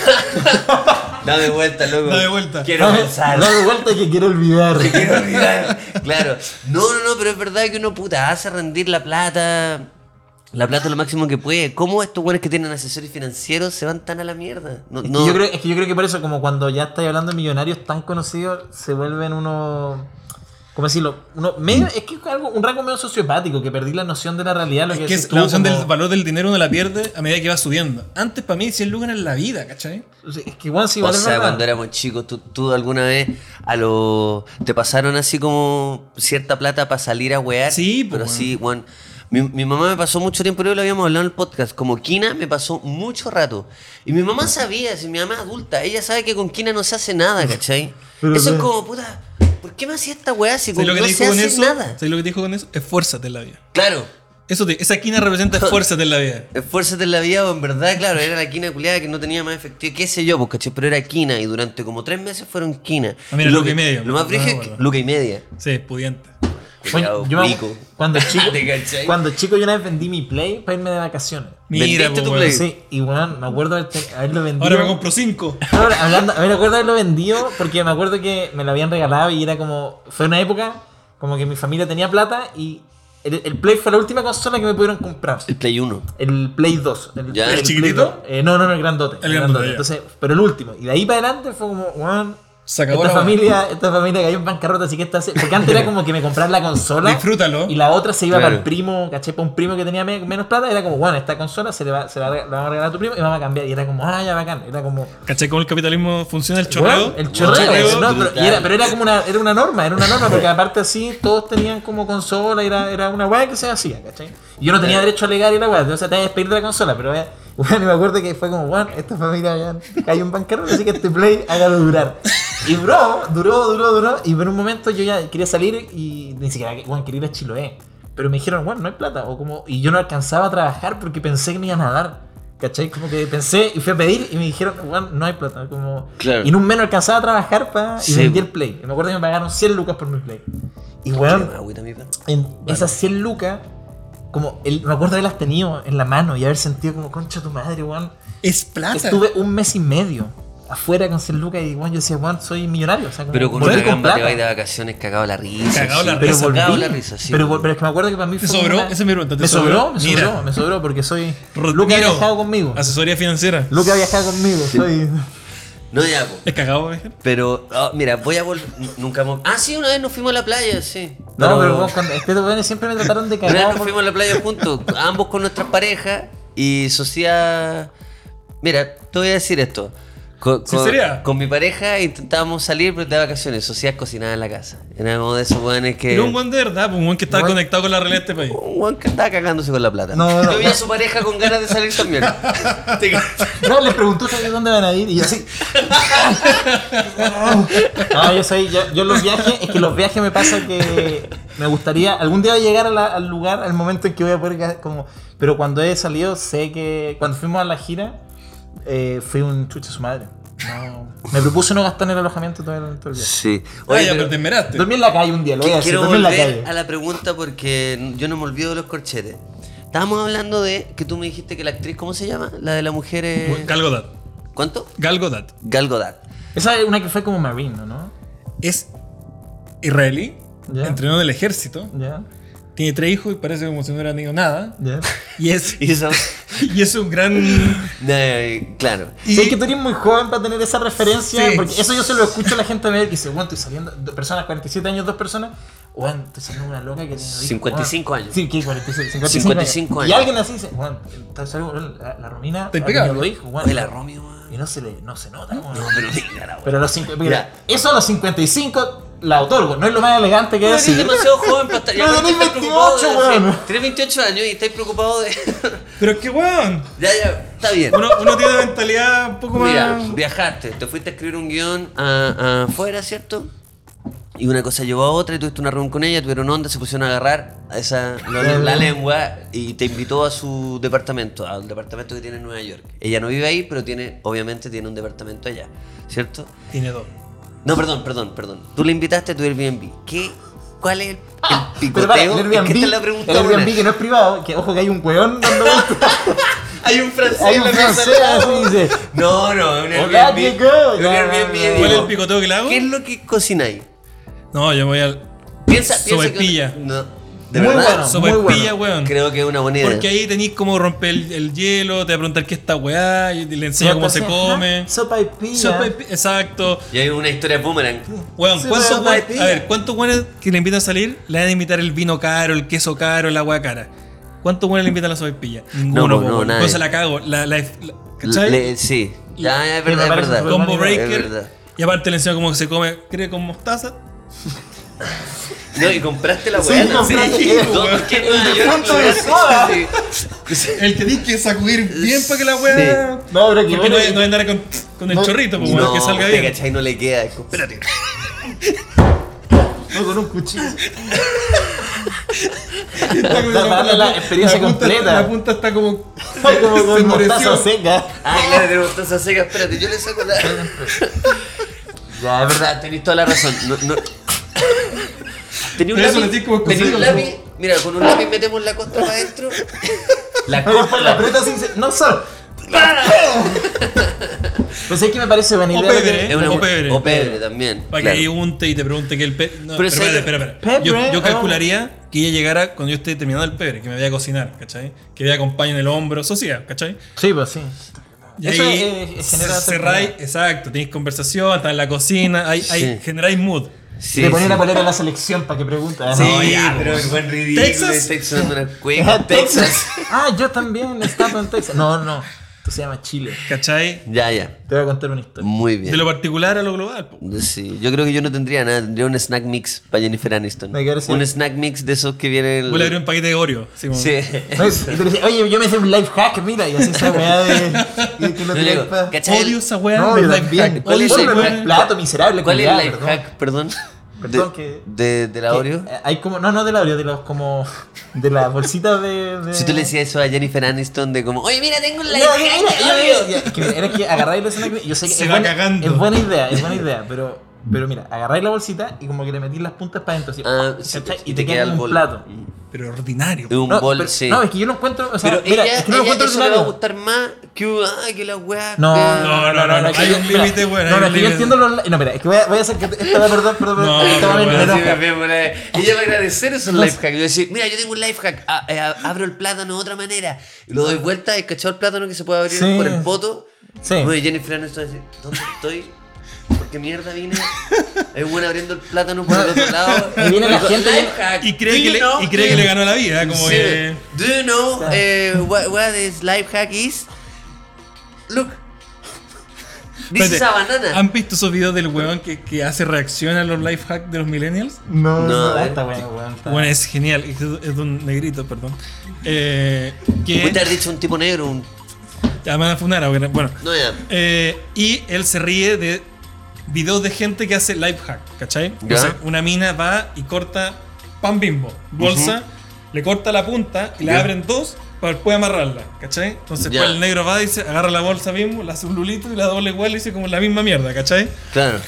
Dame vuelta, loco.
Dame vuelta.
Quiero
No,
pensar.
no, de vuelta que quiero olvidar.
Quiero olvidar. Claro. No, no, no, pero es verdad que uno puta hace rendir la plata. La plata lo máximo que puede. ¿Cómo estos güeyes que tienen asesores financieros se van tan a la mierda? No,
Es que
no.
yo creo, es que yo creo que por eso, como cuando ya estáis hablando de millonarios tan conocidos, se vuelven unos. ¿Cómo decirlo? Uno, medio, es que es algo, un rasgo medio sociopático, que perdí la noción de la realidad. Lo que
que
decís
es
tú,
la noción
como-
del valor del dinero uno la pierde a medida que va subiendo. Antes, para mí, 100 lucas en la vida, ¿cachai?
Es que igual sí,
O
igual es
sea,
verdad.
cuando éramos chicos, ¿tú, tú alguna vez a lo, te pasaron así como cierta plata para salir a wear?
Sí, po,
pero
weón.
sí, weón. Mi, mi mamá me pasó mucho tiempo, yo lo habíamos hablado en el podcast, como Kina me pasó mucho rato. Y mi mamá sabía, si mi mamá es adulta, ella sabe que con Kina no se hace
[LAUGHS]
nada, ¿cachai?
Pero
eso es
no.
como, puta, ¿por qué me hacía esta weá si con,
¿Sabes lo que
no
te
se
dijo con
hace
eso?
nada?
¿Sabes lo que te dijo con eso? Esfuérzate en la vida.
Claro,
Eso te- esa esquina
[LAUGHS]
representa esfuérzate en la vida.
Esfuérzate en la vida, o en verdad, claro, era la quina culiada que no tenía más efectivo, qué sé yo, pues, ¿cachai? pero era quina y durante como tres meses fueron quina.
Ah, mira,
lo
Luca
que-
y media,
Lo más
no
brillo
me
es que.
acuerdo.
Luca y media.
Sí, pudiente.
Cuidado,
Bueno, yo me-
rico.
cuando chico,
¿Te cachai?
cuando chico yo una vez vendí mi play para irme de vacaciones.
Mira,
Vendiste
po,
tu
weón.
Play.
Sí, y bueno, me acuerdo de te- haberlo vendido.
Ahora me compro 5.
Ahora, hablando, a ver, me acuerdo de haberlo vendido porque me acuerdo que me lo habían regalado y era como. Fue una época como que mi familia tenía plata y el, el Play fue la última consola que me pudieron comprar.
El Play 1.
El Play 2. ¿El,
¿Ya? ¿El
Play
chiquitito?
2, eh, no, no, no, el grandote.
El grandote, ya.
Entonces, pero el último. Y de ahí para adelante fue como, weón.
Se acabó
esta
la-
familia, esta familia cayó en bancarrota, así que esta. Porque antes era como que me comprar la consola.
Disfrútalo.
Y la otra se iba
Claro.
para el primo, caché para un primo que tenía me- menos plata. Era como, bueno, esta consola se le va, se la, la vamos a regalar a tu primo y vamos a cambiar. Y era como, ah, ya bacán. Era como.
¿Cachai cómo el capitalismo funciona? El chorreo.
Bueno, el chorreo.
chorreo,
no, pero,
brutal.
y era, pero era como una, era una norma, era una norma, porque aparte así todos tenían como consola, era, era una weá que se hacía, ¿cachai? Y yo no tenía derecho a alegar y la weá, o sea, te vas a despedir de la consola, pero eh, weón, y me acuerdo que fue como, bueno, esta familia ya cayó un bancarrota, así que este play hágalo durar. Y duró, duró, duró, duró, y por un momento yo ya quería salir y ni siquiera, bueno, quería ir a Chiloé. Pero me dijeron, bueno, no hay plata. O como, y yo no alcanzaba a trabajar porque pensé que me iban a dar. ¿Cachai? Como que pensé y fui a pedir y me dijeron, bueno, no hay plata. Como,
Claro.
y en un menos alcanzaba a trabajar para
Sí,
y vendí
po.
el play. Y me acuerdo que me pagaron 100 lucas por mi play. Y weón,
Agüita, mi perro.
en esas 100 lucas, como el, me acuerdo de haberlas tenido en la mano y haber sentido como, concha tu madre, weón.
Es plata.
Estuve un mes y medio afuera con 100 lucas y weón, yo decía, weón, soy millonario. O sea, como,
Pero con
volver
una gamba te
plata.
vais de vacaciones cagado la risa.
Cagado la
Pero
risa,
volví,
Cagado la risa, sí.
pero, vol- pero es que me acuerdo que para mí
¿Te
fue como
sobró?
una-
Esa es mi pregunta, ¿te
me sobró,
sobró?
me
Mira.
sobró, me sobró porque soy...
Ro-
Luca ha
Miro,
viajado conmigo.
Asesoría financiera.
Luca ha viajado conmigo, soy...
No, ya, po.
Es cagado, por ejemplo.
Pero, ah, mira, voy a volver. Nunca hemos. Ah, sí, una vez nos fuimos a la playa, sí.
No, pero vos, cuando, estos weones siempre me trataron de
Una vez
cagar.
nos fuimos a la playa juntos, ambos con nuestras parejas y Socia. Mira, te voy a decir esto. Con, con-
Sinceridad.
con mi pareja intentábamos salir pero de vacaciones. Socia cocinaba en la casa. Éramos de esos weones que.
Era un buen de verdad, pues, un buen que estaba
Weón.
conectado con la realidad de este país.
Un weón que estaba cagándose con la plata.
No, no.
Yo vi a su pareja con ganas de salir también.
[LAUGHS]
Te cacho.
No, les preguntó ¿sabes dónde van a ir y yo así. [LAUGHS] No, yo soy. Yo, yo los viajes, es que los viajes me pasa que me gustaría algún día llegar a la- al lugar, al momento en que voy a poder. ga- Como, pero cuando he salido, sé que. Cuando fuimos a la gira, eh, fui un chucho su madre. No, me propuse no gastar en el alojamiento todo el, todo el viaje.
Sí. Oye,
Oye, Ah, ya, pero
pero
te esmeraste.
Dormí en la calle un día, lo voy a decir.
quiero
Dormí en la calle.
volver a la pregunta porque yo no me olvido de los corchetes. Estábamos hablando de que tú me dijiste que la actriz, ¿cómo se llama? La de la mujer. eh,
Gal Godot.
¿Cuánto?
Gal Godot.
Gal Godard.
Esa es una que fue como Marine, ¿o ¿no?
Es israelí,
Ya.
entrenó del ejército,
Ya,
tiene tres hijos y parece como si no hubiera tenido nada.
ya. [LAUGHS]
Y es,
Y eso.
y es un gran.
Eh, claro.
Y,
Sé que tú eres muy joven para tener esa referencia,
Sí.
porque eso yo se lo escucho a la gente de que dice, bueno, estoy saliendo, dos personas, 47 años, dos personas, bueno, estoy saliendo una loca que tiene... hijos,
55
weón".
años.
Sí, que 46, 55,
55
Y
años.
alguien así dice, bueno, está saliendo, weón, la, la Romina, ha
Está impecable.
tenido dos hijos, weón".
Oye, la Romy, weón.
Y no se, le, no se nota, weón.
No, pero mira, la weón.
Pero a los cinco- mira,
Mira.
eso a los 55 la otorgo, no es lo más elegante que
Tú eres
decir.
demasiado joven para estar.
Pero
ya,
tenés
estás preocupado
28,
de-
weón.
Tienes 28 años y estás preocupado de. [LAUGHS]
pero qué weón.
ya, ya, está bien.
Uno, uno tiene una mentalidad un poco más.
Mira, viajaste, te fuiste a escribir un guión a- a afuera, ¿cierto? Y una cosa llevó a otra y tuviste una reunión con ella, tuvieron onda, se pusieron a agarrar a esa, la, la lengua y te invitó a su departamento, al departamento que tiene en Nueva York. Ella no vive ahí, pero tiene, obviamente tiene un departamento allá, ¿cierto?
Tiene dos.
No, perdón, perdón, perdón. Tú le invitaste a tu Airbnb. ¿Qué? ¿Cuál es el, el
Ah, Pero para, el
picoteo?
Airbnb,
Es que esta es la pregunta
el Airbnb
buena.
que no es privado, que ojo que hay un weón dando
[LAUGHS] Hay un francés
Hay
en
un
la mesa al
francés
lado.
así dice.
No, no, es un
Hola,
Airbnb.
Diego.
Es un
No,
Airbnb,
no, no.
¿Cuál es el
Diego.
picoteo que le hago?
¿Qué es lo que cocináis?
No, yo me voy al.
Piensa, piensa
Sopaipilla.
que no, de
Muy
verdad,
bueno.
Sopa de
bueno.
pilla, weón.
Ah, creo que es una buena idea.
Porque ahí tenéis como romper el, el hielo, te va a preguntar qué es esta weá, y le enseña cómo
pues,
se come.
Sopa y pilla.
Sopa y pi- Exacto.
Y hay una historia boomerang.
Weón,
Sopa
¿cuántos
pues,
de
weones-
pilla.
A ver, ¿cuántos weones que le invitan a salir le van a invitar el vino caro, el queso caro, el agua cara? ¿Cuántos weones le invitan a la sopaipilla? Ninguno,
no, pues,
po,
no,
weón.
nadie.
Entonces la cago. La, la, la- ¿cachai?
Le- sí. Ya, ya, es
me
verdad, es
parece
verdad.
súper
Combo
Es
breaker.
verdad.
Y aparte le enseña cómo se come, cree con mostaza.
No, y compraste la
Sí,
weá.
compraste.
[LAUGHS] No,
weón.
porque en Nueva
El
York,
punto de
weón,
soda.
sí.
[LAUGHS] El que tiene que sacudir bien para que la weá.
No, pero que
Porque no,
bueno,
no andar con, con el
No.
chorrito, pues,
No,
que salga
te
bien. [LAUGHS]
cachai, no le queda. Espérate.
no, con
[LAUGHS]
un cuchillo.
Está como-
Para darle la experiencia
punta-
completa.
La punta está como.
Como
se
con mostaza
endureció.
seca.
Ah, claro, tenemos mostaza seca. Espérate, yo le saco la. Ya, es verdad, tenéis toda la razón. No, no. Tenía un
Pero eso lo
lápiz.
tienes como
tenía
escondido,
un lápiz. Mira, con un lápiz metemos la costra para adentro. La
Después la
costra.
aprieta así, dice, no solo. Pues es que me parece buena
O
idea. lo que-
pebre,
Es una-
o pebre.
O pebre también.
Para
claro.
que ahí unte y te pregunte que el pebre.
Pero
No, pero
ese-
espera, espera, espera. Yo,
Pebre,
yo
ah.
calcularía que ella llegara cuando yo esté terminando el pebre, que me vaya a cocinar, ¿cachai? Que ella acompañe en el hombro, eso sí, ah, ¿cachai?
Sí, pues sí.
Y
Eso
ahí
eh, genera
cer- cerráis,
cerrar.
exacto, tenéis conversación, estás en la cocina, hay, hay,
Sí.
generáis mood.
Sí,
Le
sí.
ponen una polera a la selección para que pregunte. Ah,
Sí.
No, ya, pero qué buen ridículo.
Texas.
Texas. Texas dando una
[LAUGHS]
[LAUGHS]
cueca. Texas.
Ah, yo también estaba en Texas. No, no. Esto se llama Chile.
¿Cachai?
Ya, ya.
Te voy a contar una historia.
Muy
De
bien.
lo particular a lo global. po.
Sí, yo creo que yo no tendría nada. Tendría un snack mix para Jennifer Aniston.
Me quiero decir-
Un snack mix de esos que vienen.
Voy a abrir un paquete de Oreo. así como- [LAUGHS]
Sí.
No, y
[LAUGHS]
tú le dices, Oye, yo me hice un life hack, mira, y así esa weá de. y de que lo
Yo le digo,
tiráis pa-
¿cachai?
Odio esa weá.
No,
los
yo
life
también.
hack.
¿Cuál
Oye,
es
Odio
el
esa
ponme
life
weá.
un plato miserable.
¿Cuál es
culiao,
el life
perdón.
hack? Perdón.
Perdón,
de,
que-
De, de la
Que,
Oreo.
eh, Hay como, no, no de la Oreo, de los como. de las bolsitas de. de-
Si tú le decías eso a Jennifer Aniston, de como, oye, mira, tengo un
No,
life
mira, mira,
hack de
mira,
Oreo".
mira, es que mira, Era que agarráis la escena. Yo sé que
Se
es
va
buena,
cagando.
es buena idea, es buena idea, pero, pero mira, agarráis la bolsita y como que le metís las puntas para adentro. así,
Ah, sí,
¿cachai?
sí,
y te, queda
el
un
bol.
plato.
Pero ordinario.
Es un
No,
bol,
pero-
sí.
no, es que yo lo encuentro. O sea,
Pero
mira,
ella,
es que no lo
ella
encuentro
eso le va a
ordinario.
gustar más que, ay, que la weá.
No,
que-
no, no, no, no,
hay
yo-
un
mira,
límite, bueno,
No,
hay
no,
un
que yo
límite.
entiendo los. No, mira, es que voy a, voy a hacer que. Esta, perdón, perdón,
No,
perdón. esta
pero
va a
bueno,
venir,
Sí,
enoja.
me- me- me- Ella va a agradecer esos life hack. Yo decir, mira, yo tengo un life hack. Ah, eh, abro el plátano de otra manera. Y lo doy vuelta y cachado el plátano que se puede abrir
Sí.
por el poto.
Sí.
Oye, Jennifer Aniston así, ¿dónde estoy? ¿Por qué mierda vine? Hay un abriendo el plátano por el otro lado.
[LAUGHS] Y viene la gente
Life
y-
hack.
Y cree,
Do
que
you
le,
know-
y cree que le ganó la vida. ¿eh? Como
Sí.
que.
Do you know eh, what, what is life hack is? Look. This is a
Espérate,
banana.
¿Han visto esos videos del weón que, que hace reacción a los life hacks de los millennials?
No,
No, eh.
está bueno, weón. está-
Bueno, es genial. Es de es de un negrito, perdón. Eh, que
Puede haber dicho un tipo negro. un-
Ya me van a funar ahora. Bueno.
No, ya.
Eh, y él se ríe de videos de gente que hace life hack, ¿cachai? Entonces, una mina va y corta pan bimbo, bolsa, le corta la punta y la
Ya.
abre en dos para después amarrarla, ¿cachai? Entonces
Ya.
pues, el negro va y se agarra la bolsa bimbo, la hace un lulito y la doble igual y dice como la misma mierda, ¿cachai?
Claro.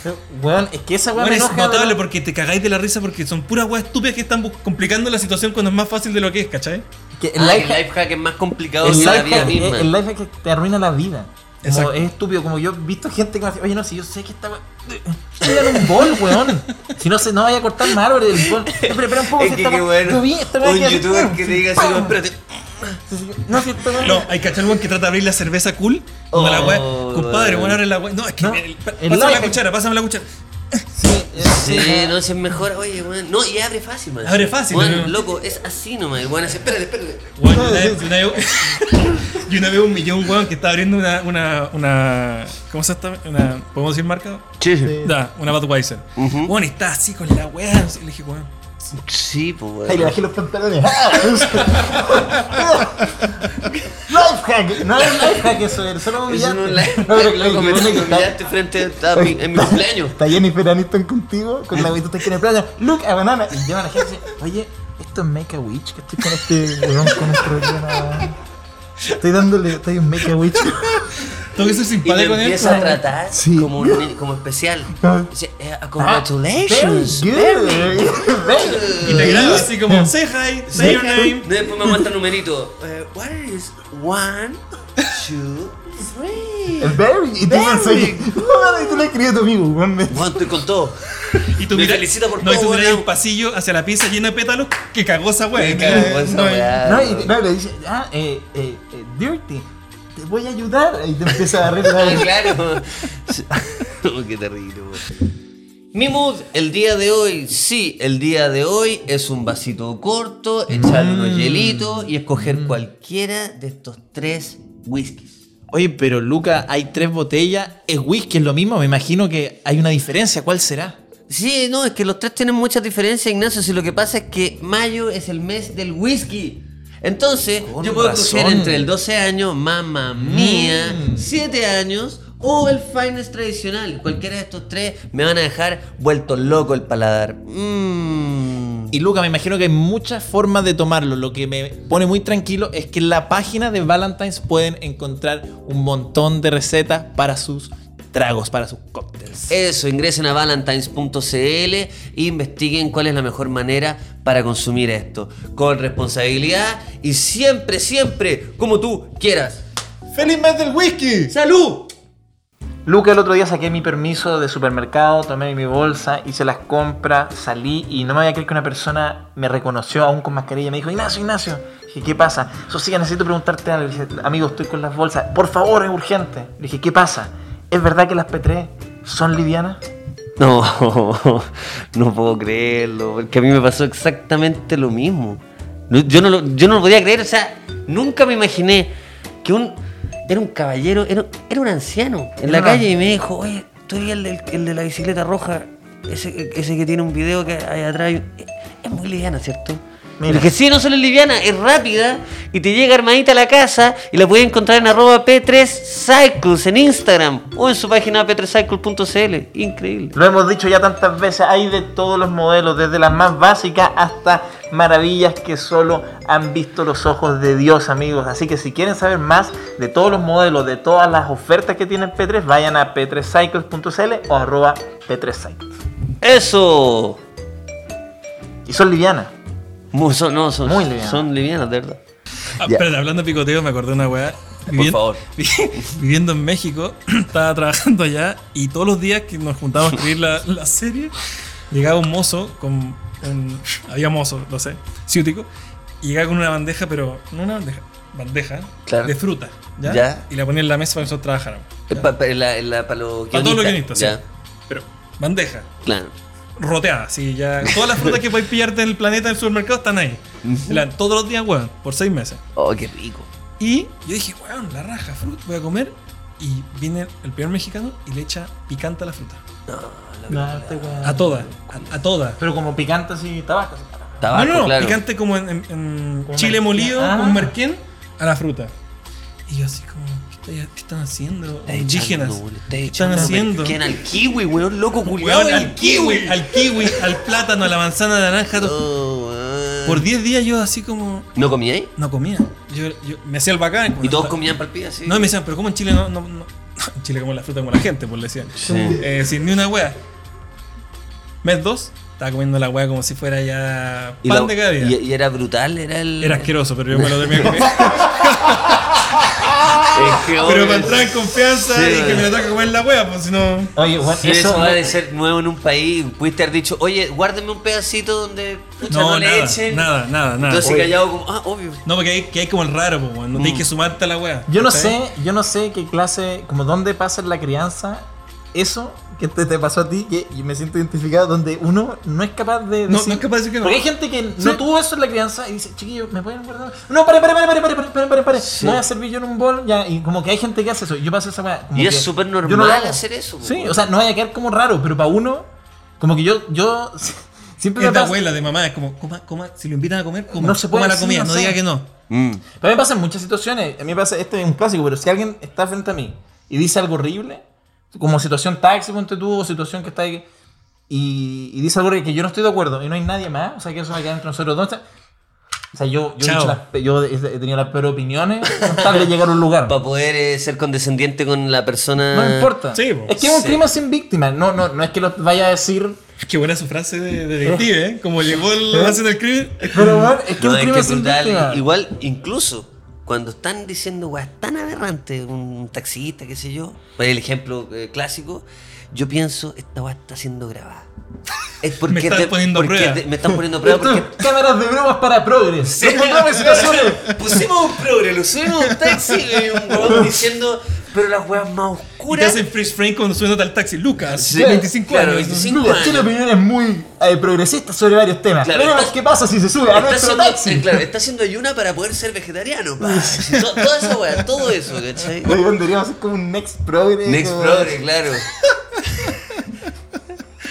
Weón, es que esa weón
Bueno,
me
es
enoja,
notable
weón.
porque te cagáis de la risa porque son puras weas estúpidas que están bu- complicando la situación cuando es más fácil de lo que es, ¿cachai?
Que
Ah, El
el life
life hack es más complicado
El
que la
life
vida
hack-
misma.
el life hack que te arruina la vida. Como
Exacto.
es estúpido, como yo he visto gente que me dice, oye, no, si yo sé que esta weón. Tírale un gol, weón. Si no se no vaya a cortar mal, árbol el gol. No, Pero espera un poco,
Es
si
que
esta
qué
weá-
bueno.
Yo vi esta weá
Un
que-
youtuber que te diga así,
¡Pam!
espérate.
Sí, sí, No, si esta weá-
No, hay cachai el weón que trata de abrir la cerveza cool. Como la wea,
Oh,
compadre,
weón.
bueno, abre la wea. No, es que.
No,
el- pa-
el
pásame la
life-
cuchara, pásame la cuchara.
Sí, eh,
Sí,
sí,
no, si es mejor, oye, weón. No, y abre fácil, man.
Abre fácil,
Weón,
¿no?
loco, es así nomás. El weón hace, espérate, espérate.
Weón, yo una vez- yo una
[LAUGHS]
vez- yo una vez un millón, weón, que estaba abriendo una. una, una ¿Cómo se llama? esta? Una, ¿Podemos decir marca?
Sí, sí.
Sí.
Da, una Budweiser.
Ujú.
Weón, y está así con la weá. no sé, Le dije, weón.
Sí, pues, weón.
Ahí le bajé los pantalones. [LAUGHS] ¡Ah! life hack. No es life hack eso, es solo un
Eso no es [LAUGHS] live.
No, pero
Loco, me
que pone que está-
humillaste frente a mi, en mi cumpleaños.
Está Jennifer Aniston contigo, con la guitota que en el playa. Look a banana. Y llevan a la gente y dice, oye, esto es Make a Witch, que estoy con este weón con este weón. Estoy dándole, estoy un Make a Witch.
Tengo que ser
Y me
simpático con él.
empieza a tratar
Sí.
como, un, ni- como [LAUGHS] especial. Dice, eh, congratulations.
Very good.
Y te graba así como, say hi, say your name.
No, después me aguanta el numerito. Eh, what is one, two, three?
Very. Y
Very.
tú pensás que- Y tú le escribes a tu amigo,
Uh,
weón.
Juan, estoy con todo.
Y tú
Me
miras.
felicita por
No, y
todo,
tú miras
weón.
un pasillo hacia la pieza llena de pétalos. Que cagó esa weá.
Me cago en [LAUGHS] esa
No,
weá,
No, y
weón.
no, le dice, ah, eh, eh, eh, Dirty, te voy a ayudar. Y te empieza a arreglar.
Ah, [LAUGHS] claro. Oh, Qué terrible, weón. Mi mood, el día de hoy, sí, el día de hoy es un vasito corto, echar unos hielitos y escoger cualquiera de estos tres whiskies.
Oye, pero Luca, hay tres botellas. Es whisky, es lo mismo. Me imagino que hay una diferencia. ¿Cuál será?
Sí, no, es que los tres tienen muchas diferencias, Ignacio, si lo que pasa es que mayo es el mes del whisky. Entonces,
Con
yo puedo
razón. Mm.
escoger entre el 12 años, mamá mía, 7 años o el finest tradicional. Cualquiera de estos tres me van a dejar vuelto loco el paladar. Mm.
Y Luca, me imagino que hay muchas formas de tomarlo. Lo que me pone muy tranquilo es que en la página de Valentine's pueden encontrar un montón de recetas para sus tragos, para sus cócteles.
Eso, ingresen a valentines.cl e investiguen cuál es la mejor manera para consumir esto. Con responsabilidad y siempre, siempre, como tú quieras.
¡Feliz mes del whisky!
¡Salud!
Luca, el otro día saqué mi permiso de supermercado, tomé mi bolsa, hice las compras, salí y no me voy a creer que una persona me reconoció aún con mascarilla. Me dijo, Ignacio, Ignacio. Dije, ¿qué pasa? Socia, necesito preguntarte algo. Dice, amigo, estoy con las bolsas. Por favor, es urgente. Le dije, ¿qué pasa? ¿Es verdad que las P3 son livianas?
No, [LAUGHS] no [LAUGHS] puedo creerlo, porque a mí me pasó exactamente lo mismo. No, Yo no lo, yo no lo podía creer, o sea, nunca me imaginé que un era un caballero, era, era un anciano en la
Era un
calle y me dijo, oye, tú eres el, del- el de la bicicleta roja, ese, ese que tiene un video que hay atrás, y- es muy liviana, ¿cierto?
Mira.
Dije, sí, no solo es liviana, es rápida y te llega armadita a la casa y la puedes encontrar en arroba P3Cycles en Instagram o en su página p3cycle.cl. Increíble.
Lo hemos dicho ya tantas veces, hay de todos los modelos, desde las más básicas hasta maravillas que solo han visto los ojos de Dios, amigos. Así que si quieren saber más de todos los modelos, de todas las ofertas que tienen P3, vayan a p3cycles.cl o arroba p3cycles.
Eso.
Y son livianas.
Mu- son, no, son,
Muy livianas.
son livianas, de verdad.
Ah, espérate, hablando de picoteo, me acordé de una weá. Vivien-
favor.
[LAUGHS] vi- Viviendo en México, [CLEARS THROAT] estaba trabajando allá y todos los días que nos juntábamos a escribir
[LAUGHS]
la, la serie, llegaba un mozo con un. Había mozo, no sé, ciútico, y llegaba con una bandeja, pero no una bandeja, bandeja
Claro.
de fruta, ¿ya?
Ya.
Y la ponía en la mesa para que nosotros trabajáramos.
Es pa- pa- en la- en la- Para los
Para todos los guionistas,
ya,
sí. Pero bandeja,
Claro.
roteada, sí, ya. Todas las frutas que podéis pillarte en el planeta del supermercado están ahí. Te la dan Todos los días, weón, por seis meses.
Oh, qué rico.
Y yo dije, weón, la raja, fruta, voy a comer. Y viene el peor mexicano y le echa picante a la fruta.
No, este weón.
A toda, a, a toda.
Pero como picante así, tabaco. así.
Tabaco,
no, no, no,
claro.
picante como en, en- en
Como
chile
merquén.
molido,
Ah.
con merquén, a la fruta. Y yo así como, ¿qué, está- qué están haciendo?
Está echando,
Indígenas.
boludo, está
¿Qué están
echando
haciendo?
merquén al kiwi, weón, loco
Weón,
culiado.
al kiwi, al kiwi, al plátano, a la manzana, a la naranja. todo.
Oh, weón.
Por 10 días yo así como
¿No comí ahí?
no comía. Yo, yo me hacía el bacán.
Y
cuando
todos
estaba-
comían palpita, sí.
No, y me decían, pero ¿cómo en Chile no, no, [LAUGHS] no- En Chile como la fruta como la gente, pues le decían.
Sí.
Eh, sin ni una wea. Mes 2, estaba comiendo la wea como si fuera ya
Y
pan
la-
de cada día.
Y, y era brutal, era el.
Era asqueroso, pero yo me lo terminé comiendo.
Es que, obvio,
Pero para entrar en confianza
Ah, Sí,
dije,
bueno.
me lo tengo que comer la wea, pues si no.
Oye, weón,
Si eso,
eso.
va de ser nuevo en un país, pudiste haber dicho, oye, guárdame un pedacito donde pucha, no, le
nada,
echen.
nada, nada, nada.
Entonces callado como, ah, obvio.
No, porque hay, que hay como el raro, pues, weón. No tenés que sumarte a la wea.
Yo no
¿cachai?
sé, yo no sé qué clase, como dónde pasa en la crianza eso que te, te pasó a ti, que yo me siento identificado, donde uno no es capaz de
No,
decir-
no es capaz de decir que no.
Porque hay gente que no tuvo eso en la crianza y dice, chiquillo, ¿me pueden guardar? No, pare, pare, pare, pare, pare, pare, pare, pare, pare. Me voy a servir yo en un bol, ya. Y como que hay gente que hace eso. Yo paso esa weá. como
Y es
que
súper
yo no lo
normal
hago.
hacer eso, pues,
Sí,
weón.
o sea, no vaya a quedar como raro, pero para uno, como que yo, yo [LAUGHS] siempre
Es de
pasa-
abuela, de mamá, es como, coma, coma, si lo invitan a comer, coma,
No se puede
coma la
decir,
comida,
no
no
sé.
diga que no.
Pero me pasa en muchas situaciones. A mí me pasa, este es un clásico, pero si alguien está frente a mí y dice algo horrible, como situación taxi, ponte tú, o situación que está ahí, y, y dice algo horrible que yo no estoy de acuerdo y no hay nadie más, o sea, que eso va a quedar entre nosotros dos. O sea, yo, yo, he,
Chao.
dicho las- yo he he tenido las peores opiniones con tal de llegar a un lugar.
Para poder eh, ser condescendiente con la persona.
No importa.
Sí, po.
es que es un
Sí.
crimen sin víctima. No, no, no es que lo vaya a decir.
Qué buena su frase de de detective, ¿eh? Como llegó el avance del crimen.
Pero, bueno, es que
No,
es un
es que
crimen
es
sin
brutal.
víctima.
Igual, incluso cuando están diciendo weas tan aberrantes, un taxista, qué sé yo, por el ejemplo eh, clásico, yo pienso, esta wea está siendo grabada. Es porque
[LAUGHS] Me estás poniendo a
porque
prueba.
te- me están poniendo a prueba
Esto es
[LAUGHS]
porque
cámaras de bromas para progres. Encontramos situaciones.
Pusimos un progre, lo subimos a un taxi y un huevón diciendo, pero las weas más
Y te
oscuras.
hacen freeze frame cuando suena tal taxi. Lucas,
Sí,
25
claro,
años.
25
Lucas tiene opiniones muy eh, progresistas sobre varios temas.
Claro,
Pero
está-
¿qué pasa si se
[LAUGHS]
sube a
Está
nuestro
haciendo, eh,
taxi?
claro,
[LAUGHS]
está haciendo ayuna para poder ser vegetariano.
[LAUGHS]
pa. To- toda esa wea, todo eso, ¿cachai?
Oye, bueno, deberíamos hacer como un next progress.
Next
como-
Progre,
[LAUGHS]
claro.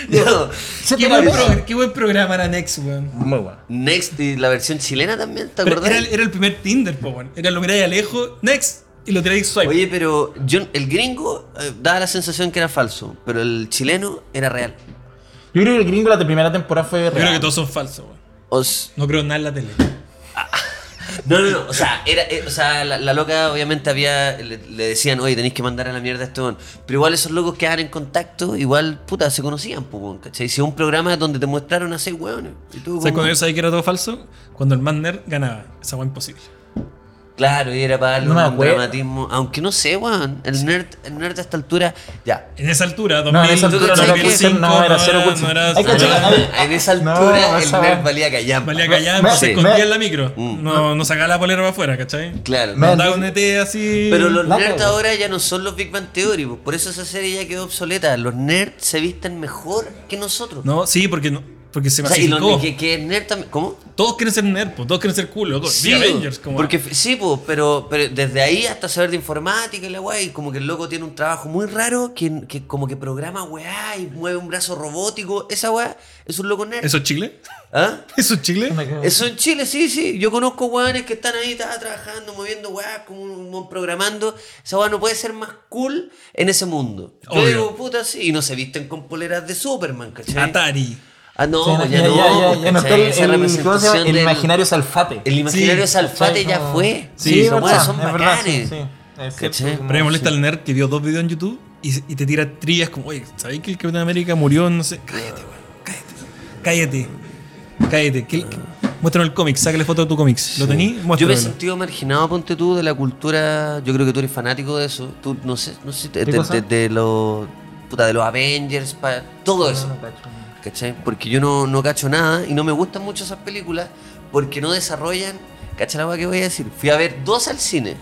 No,
Se
Qué
te va
buen,
a-
progr- qué buen programa era Next, weón.
Muy bueno.
Next y la versión chilena también, ¿te
Pero
acordás?
Era, el- era el primer Tinder, po, weón. Era lo miráis a lejos, Next, y lo tiráis swipe.
Oye, pero yo- el gringo eh, daba la sensación que era falso, pero el chileno era real.
Yo creo que el gringo la de primera temporada fue
Yo creo que
real.
todos son falsos, weón.
Os-
No creo nada en la tele.
No, no, no. O sea, era, eh, o sea la, la loca obviamente había. Le, le decían, oye, tenéis que mandar a la mierda a este weón". Pero igual esos locos quedaban en contacto, igual, puta, se conocían, pues, weón, ¿cachai? Hicieron un programa donde te mostraron a seis weones. Y tú,
¿Sabes
como-
cuando yo sabía que era todo falso? Cuando el más nerd ganaba. Esa weón imposible.
Claro, y era para darle
No me
un
acuerdo.
dramatismo. Aunque no sé, weón. El nerd, el nerd a esta altura, ya.
En esa altura, 2000,
No, en esa altura
no era
2005,
Wilson, no, era cero
no
Wilson.
era-
Hay que
no
checar.
era-
[LAUGHS]
Ah,
en esa
no,
altura, el
esa
nerd
va-
valía callampa.
Valía
Me-
callampa, se
me- Mm.
escondía en la micro. No, no sacaba la polera para afuera, ¿cachai?
Claro.
Me-
Andaba un ET así.
Pero los
La
nerds
cagó.
ahora ya no son los Big Bang Theory, pues, por eso esa serie ya quedó obsoleta. Los nerds se visten mejor que nosotros.
No, sí, porque, no, porque se
O sea, y los
masificó.
que, que es nerd también. ¿Cómo?
Todos quieren ser nerd, po, todos quieren ser cool, loco. Sí, Avengers, como.
porque f- sí, pues, pero, pero desde ahí hasta saber de informática y la guay, como que el loco tiene un trabajo muy raro que, que como que programa weá y mueve un brazo robótico. Esa weá es un loco nerd.
¿Eso es Chile? [LAUGHS]
¿Ah?
¿Eso es Chile?
Me cago.
Eso en Chile, sí, sí. Yo conozco weones que están ahí ta, trabajando, moviendo weas, como un weón programando. Esa weá no puede ser más cool en ese mundo. Yo
Obvio.
digo, puta, sí. Y no se visten con poleras de Superman, ¿cachai?
Atari.
Ah, no,
Sí, no,
ya,
ya,
no.
ya,
pues,
ya, no,
¿cachai?
el-
Esa
el- ¿cómo se
representación
llama? El
del-
imaginario salfate.
El imaginario
Sí,
salfate
¿cachai?
ya
Como-
fue.
Sí,
Sí,
es
son,
verdad,
son
es verdad, sí,
bacanes.
sí. Es
¿Cachai?
cierto, como-
Pero me molesta
sí.
el nerd que vio dos videos en YouTube y, y te tira trillas como, oye, ¿sabéis que el Capitán América murió? en No sé. Cállate, weón. Cállate. Cállate. Cállate. que el- que- Muéstranos el cómic, sácale foto de tu cómic. ¿Lo tení?
Yo me he
Muéstramelo.
sentido marginado, ponte tú, de la cultura. Yo creo que tú eres fanático de eso. Tú, no sé, no sé, de, de-
cosa?
de- de los. Puta, de los Avengers, pa- todo eso.
No, cacho.
¿cachai? Porque yo no, no cacho nada y no me gustan mucho esas películas porque no desarrollan Cacha la weá que voy a decir. Fui a ver dos al cine.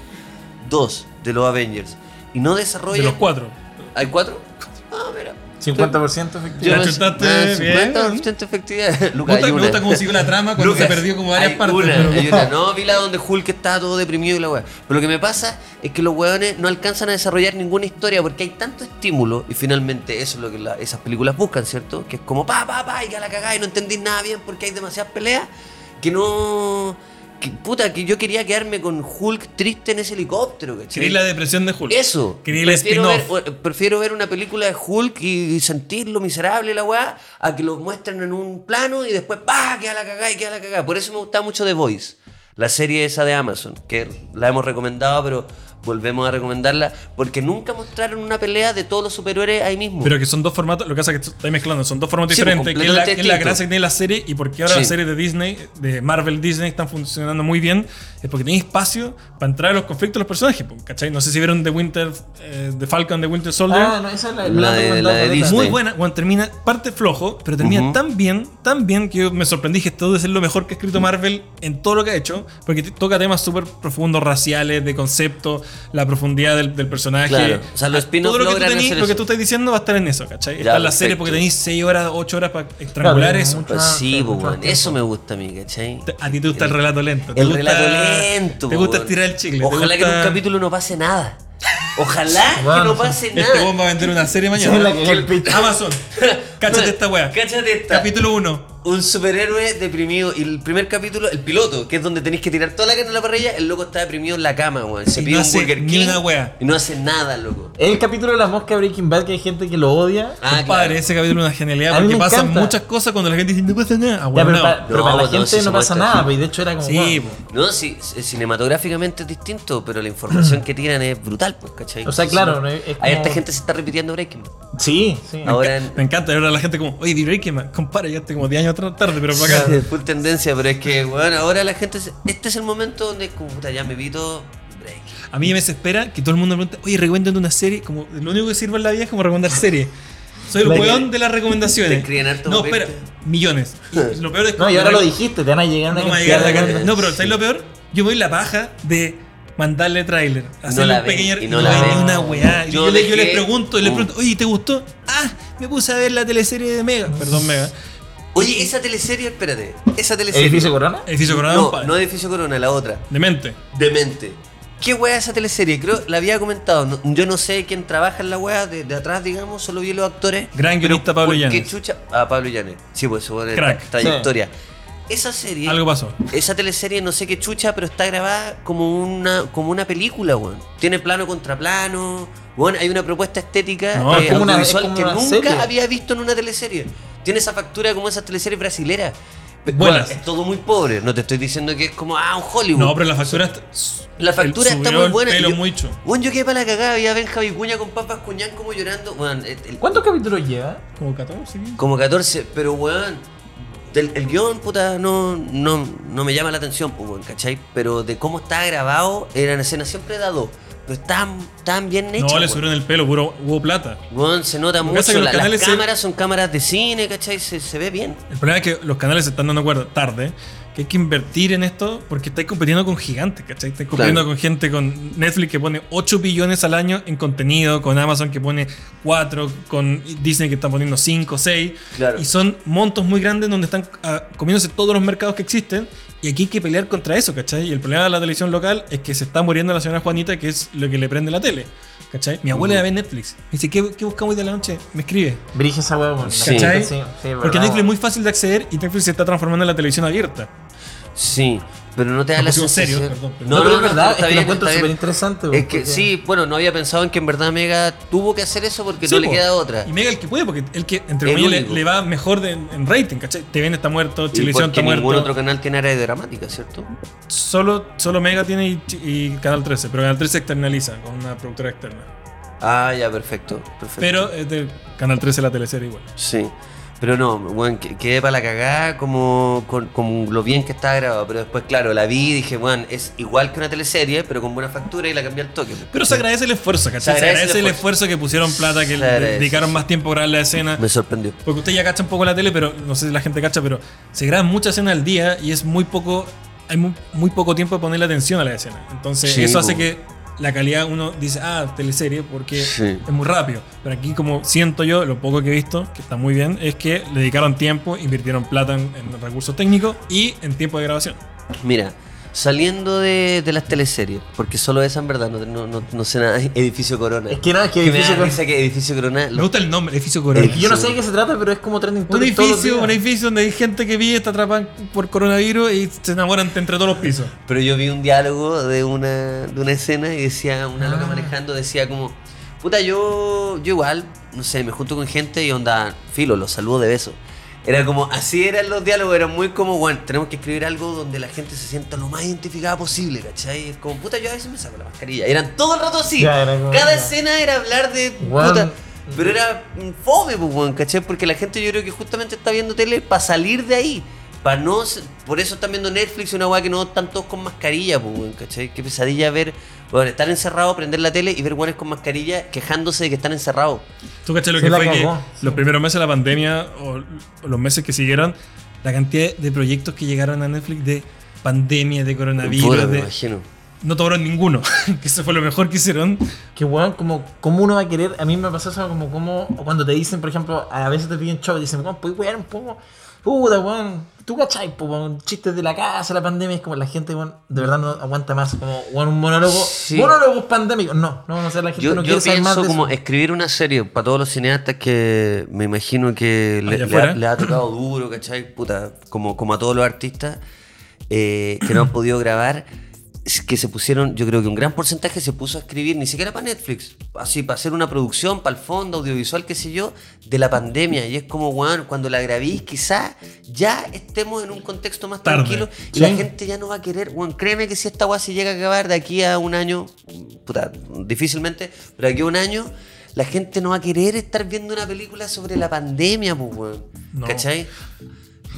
Dos de los Avengers. Y no desarrolla.
De los cuatro.
¿Hay cuatro? [LAUGHS] Ah, mira.
50%
Yo
La
efectivo.
no sé-
chutaste
ah,
bien.
50% efectividad.
Me
Lucas,
gusta,
hay
me
una.
gusta cómo siguió la trama cuando
Lucas,
se perdió como varias
hay
partes.
una,
pero-
hay una. No, vi la donde Hulk estaba todo deprimido y la weá. Pero lo que me pasa es que los weones no alcanzan a desarrollar ninguna historia porque hay tanto estímulo y finalmente eso es lo que la- esas películas buscan, ¿cierto? Que es como pa, pa, pa, y ya la cagá y no entendí nada bien porque hay demasiadas peleas que no. Que, puta, que yo quería quedarme con Hulk triste en ese helicóptero, ¿cachai?
Querí la depresión de Hulk.
Eso.
Querí el
prefiero, ver,
spin-off.
o- prefiero ver una película de Hulk y sentirlo miserable la weá, a que lo muestren en un plano y después ¡pah! queda la cagada y queda la cagada. Por eso me gusta mucho The Voice, la serie esa de Amazon, que la hemos recomendado, pero volvemos a recomendarla, porque nunca mostraron una pelea de todos los superhéroes ahí mismo.
Pero que son dos formatos, lo que pasa es que estoy mezclando, son dos formatos
Sí, pues,
diferentes, que es, la,
completamente
que es la
distinto.
gracia que tiene la serie y porque ahora
Sí.
las series de Disney, de Marvel Disney, están funcionando muy bien, es porque tiene espacio para entrar a los conflictos de los personajes, po, ¿cachai? No sé si vieron The Winter, eh, The Falcon, The Winter Soldier.
Ah, no, esa es
La
la, la
de-
recomendada
la de
por
Disney.
Muy buena, bueno, termina parte flojo, pero termina
Ujú.
tan bien, tan bien que yo me sorprendí que esto debe ser lo mejor que ha escrito Marvel en todo lo que ha hecho, porque t- toca temas súper profundos, raciales, de concepto, la profundidad del, del personaje.
Claro, o sea, los spin-off
todo lo que, tú
logran
tenís,
hacer
lo que
eso.
tú estás diciendo va a estar en eso, ¿cachai?
Ya,
Está en la serie
perfecto.
porque tenéis 6 horas, 8 horas para estrangular
Claro,
eso.
mucho.
Pues sí,
Ah,
po,
mucho
weón,
tiempo.
eso me gusta a mí, ¿cachai?
Te- A ti te gusta el relato lento. te
El
gusta-
relato lento.
Te
po,
gusta
weón.
estirar el chicle. te
Ojalá que en
gusta-
un capítulo no pase
[LAUGHS]
nada. Ojalá que
Weón,
no pase
Este
nada.
weón va a vender una serie
Disney.
mañana.
Sí, la
[LAUGHS]
que-
Amazon. Cáchate esta weá.
Cáchate esta.
Capítulo 1.
un superhéroe deprimido. Y el primer capítulo, el piloto, que es donde tenéis que tirar toda la carne a la parrilla, el loco está deprimido en la cama, weón. Se
Y
pide
no
un
hace
Burger
ni
King
una wea.
Y no hace nada, loco.
El capítulo de la mosca Breaking Bad, que hay gente que lo odia.
Ah,
Compadre,
claro.
ese capítulo es una genialidad
A mí
porque
me
pasan
encanta.
muchas cosas cuando la gente dice no pasa nada. Ah,
Ya,
bueno,
pero,
no.
pa- pero
No,
para la
no, sí
gente
se
no
muestra.
pasa nada, pues, y de hecho era como.
Sí,
wow.
po.
No, sí, c- cinematográficamente es distinto, pero la
[CLEARS THROAT]
información que tiran es brutal, pues, ¿cachai?
O sea, claro, no, es como-
Hay esta gente que se está repitiendo Breaking. Bad.
sí, sí.
Ahora en-
me encanta ver a la gente como, oye, diré que man, compadre, ya estoy como 10 años atrás tarde, [LAUGHS] pero para acá.
[LAUGHS] es full tendencia, pero es que, bueno, ahora la gente. se- Este es el momento donde, como, puta, ya me evito Breaking.
A mí me desespera que todo el mundo me pregunte, oye, recomiéndame una serie. Como, lo único que sirve en la vida es como recomendar series. Soy el
Te-
weón de las recomendaciones.
te escriben harto
no,
papel,
espera, millones. Y lo peor es que.
No, y ahora lo dijiste, te van a llegar una
No, me va a
cantidad
llegar la
de-
cantidad. No, pero ¿sabes lo peor? Yo me doy la paja de mandarle tráiler, hacerle
la
un
ven,
pequeño
y no la
hay
ven.
ni una weá. Y Yo,
Yo
le- yo les
dejé-
pregunto, y les
Mm.
pregunto, oye, ¿te gustó? Ah, me puse a ver la teleserie de Mega. Perdón, Mega.
Oye, esa teleserie, espérate. Esa teleserie.
¿Edificio Corona?
Edificio Coronado
No,
Empire.
no Edificio Corona, la otra.
Demente.
Demente. ¿Qué wea es esa teleserie? Creo, la había comentado. no- yo no sé quién trabaja en la wea de, de atrás, digamos, solo vi los actores.
Gran guionista Pablo
¿por qué
Llanes.
chucha? Ah, Pablo Llanes. Sí, pues su buena
Crack.
tra- trayectoria. Esa serie,
Algo pasó.
esa teleserie no sé qué chucha, pero está grabada como una, como una película, weón. Tiene plano contra plano. Weón, hay una propuesta estética
No,
eh,
es como
una-
audiovisual
es como
que
una
nunca
serie.
había visto en una teleserie. Tiene esa factura como esas teleseries brasileras. Pe-
Buenas.
bueno, es todo muy pobre. No te estoy diciendo que es como, ah, un Hollywood.
No, pero la factura está.
La factura
el-
está
subió
muy
el
buena.
pelo
yo,
mucho.
Bueno, yo quedé para la cagada. Había Benja Vicuña con papas cuñán como llorando. Bueno, el- el-
¿Cuántos capítulos lleva?
Como 14, ¿qué?
como 14, pero weón. del- el guión, puta, no, no, no me llama la atención, pues, weón, ¿cachai? Pero de cómo está grabado, eran escenas siempre de a dos. Pero estaban, estaban bien hechas.
No, le
weón.
subieron el pelo, puro hubo plata.
Weón, se nota
Lo que pasa es
mucho.
que los
la- las
canales se-
cámaras son cámaras de cine, ¿cachai? Se, se ve bien.
El problema es que los canales se están dando cuenta tarde que hay que invertir en esto porque estáis compitiendo con gigantes, ¿cachai? Estáis compitiendo
Claro.
con gente, con Netflix que pone 8 billones al año en contenido, con Amazon que pone 4, con Disney que están poniendo 5, 6.
Claro.
Y son montos muy grandes donde están ah, comiéndose todos los mercados que existen y aquí hay que pelear contra eso, ¿cachai? Y el problema de la televisión local es que se está muriendo la señora Juanita, que es lo que le prende la tele. ¿Cachai? Mi abuela ve Netflix. Me dice, ¿qué, qué buscamos hoy de la noche? Me escribe.
Brige esa hueá, weón. La
Sí.
gente,
¿Cachai?
sí, sí,
Porque
verdad,
Netflix es
weón.
muy fácil de acceder y Netflix se está transformando en la televisión abierta.
Sí, pero no te da
Nos
la
pusimos serios,
sensación.
perdón, perdón.
No, pero es verdad,
está
es que lo
bien,
encuentro
está bien.
superinteresante,
Es
weón,
que
porque-
sí, bueno, no había pensado en que en verdad Mega tuvo que hacer eso porque
Sí,
no le
po.
queda otra.
Y Mega el que puede, porque el que, entre
El
comillas, le,
único.
le va mejor de- en rating, ¿cachai? TVN está muerto,
Y
Chilevisión
porque
está muerto.
ningún otro canal tiene área de dramática, ¿cierto?
Solo, solo Mega tiene y, y Canal 13, pero Canal 13 externaliza con una productora externa.
Ah, ya, perfecto. perfecto.
Pero es de Canal 13 la teleserie igual.
Sí. Pero no, bueno, que- quedé para la cagada como, con, con lo bien que estaba grabado. Pero después, claro, la vi y dije, bueno, es igual que una teleserie, pero con buena factura y la cambié al toque.
Pero se agradece el esfuerzo, ¿cachai? Se agradece, el, esfuerzo. que pusieron plata, que
Se
le
agradece,
dedicaron
sí.
más tiempo a grabar la escena.
Me sorprendió.
Porque usted ya cacha un poco la tele, pero no sé si la gente cacha, pero se graban muchas escenas al día y es muy poco. hay mu- muy, poco tiempo para ponerle atención a la escena. Entonces,
Sí,
eso hace
po.
que la calidad uno dice, ah, teleserie, porque
Sí.
es muy rápido. Pero aquí, como siento yo, lo poco que he visto, que está muy bien, es que le dedicaron tiempo, invirtieron plata en, en recursos técnicos y en tiempo de grabación.
Mira, saliendo de, de las teleseries, porque solo esa en verdad, no, no, no- no sé nada. [LAUGHS] Edificio Corona.
Es que no, es que
me da
Edificio Corona-
risa que Edificio Corona.
Me
lo-
gusta el nombre, edificio Corona.
Edificio
Yo no sé de qué se trata, pero es como trending
Un
topic todos los
edificio,
días.
un edificio donde hay gente que vive, está atrapada por coronavirus y se enamoran entre todos los pisos.
Pero yo vi un diálogo de una, de una escena y decía, una
Ah.
loca manejando, decía como, puta, yo, yo igual, no sé, me junto con gente y onda, filo, los saludo de beso. Era como, así eran los diálogos, era muy como, bueno, tenemos que escribir algo donde la gente se sienta lo más identificada posible, ¿cachai? Es como, puta, yo a veces me saco la mascarilla. Eran todo el rato así.
Ya, era como-
Cada escena era hablar de,
Weón.
puta, pero era mm, fome, pues, weón, ¿cachai? Porque la gente yo creo que justamente está viendo tele para salir de ahí. Para no, se- por eso están viendo Netflix y una weá que no están todos con mascarilla, pues, weón, ¿cachai? Qué pesadilla ver, bueno, estar encerrado, prender la tele y ver weones con mascarilla quejándose de que están encerrados.
¿Tú cachas lo
Se
que
la
fue
cagó,
que los primeros meses de la pandemia o, o los meses que siguieron, la cantidad de proyectos que llegaron a Netflix de pandemia, de
Puta,
coronavirus,
me
de-
imagino.
no tomaron ninguno, [LAUGHS] que eso fue lo mejor que hicieron.
Que weón, como, como uno va a querer, a mí me pasa eso como, como cuando te dicen, por ejemplo, a veces te piden show y dicen, weón, puedes wear un poco, puta weón, tú cachai, po, weón, chistes de la casa, la pandemia, es como la gente, weón, de verdad no aguanta más, como weón, un monólogo,
Sí.
monólogos pandémicos, no, no, no sé, la gente
Yo,
no
yo
quiere saber más
pienso
de
como
eso.
escribir una serie para todos los cineastas que me imagino que le,
Allá
le ha,
afuera.
le ha tocado duro, ¿cachai? Puta, como, como a todos los artistas eh, que no han podido grabar, es que se pusieron, yo creo que un gran porcentaje se puso a escribir, ni siquiera para Netflix, así, para hacer una producción, para el fondo, audiovisual, qué sé yo, de la pandemia. Y es como, weón, cuando la grabís, quizás ya estemos en un contexto más
Tarde.
tranquilo y la
Sí.
gente ya no va a querer, weón, créeme que si esta weá se llega a acabar de aquí a un año, puta, difícilmente, pero de aquí a un año, la gente no va a querer estar viendo una película sobre la pandemia, pues, weón.
No.
¿Cachai?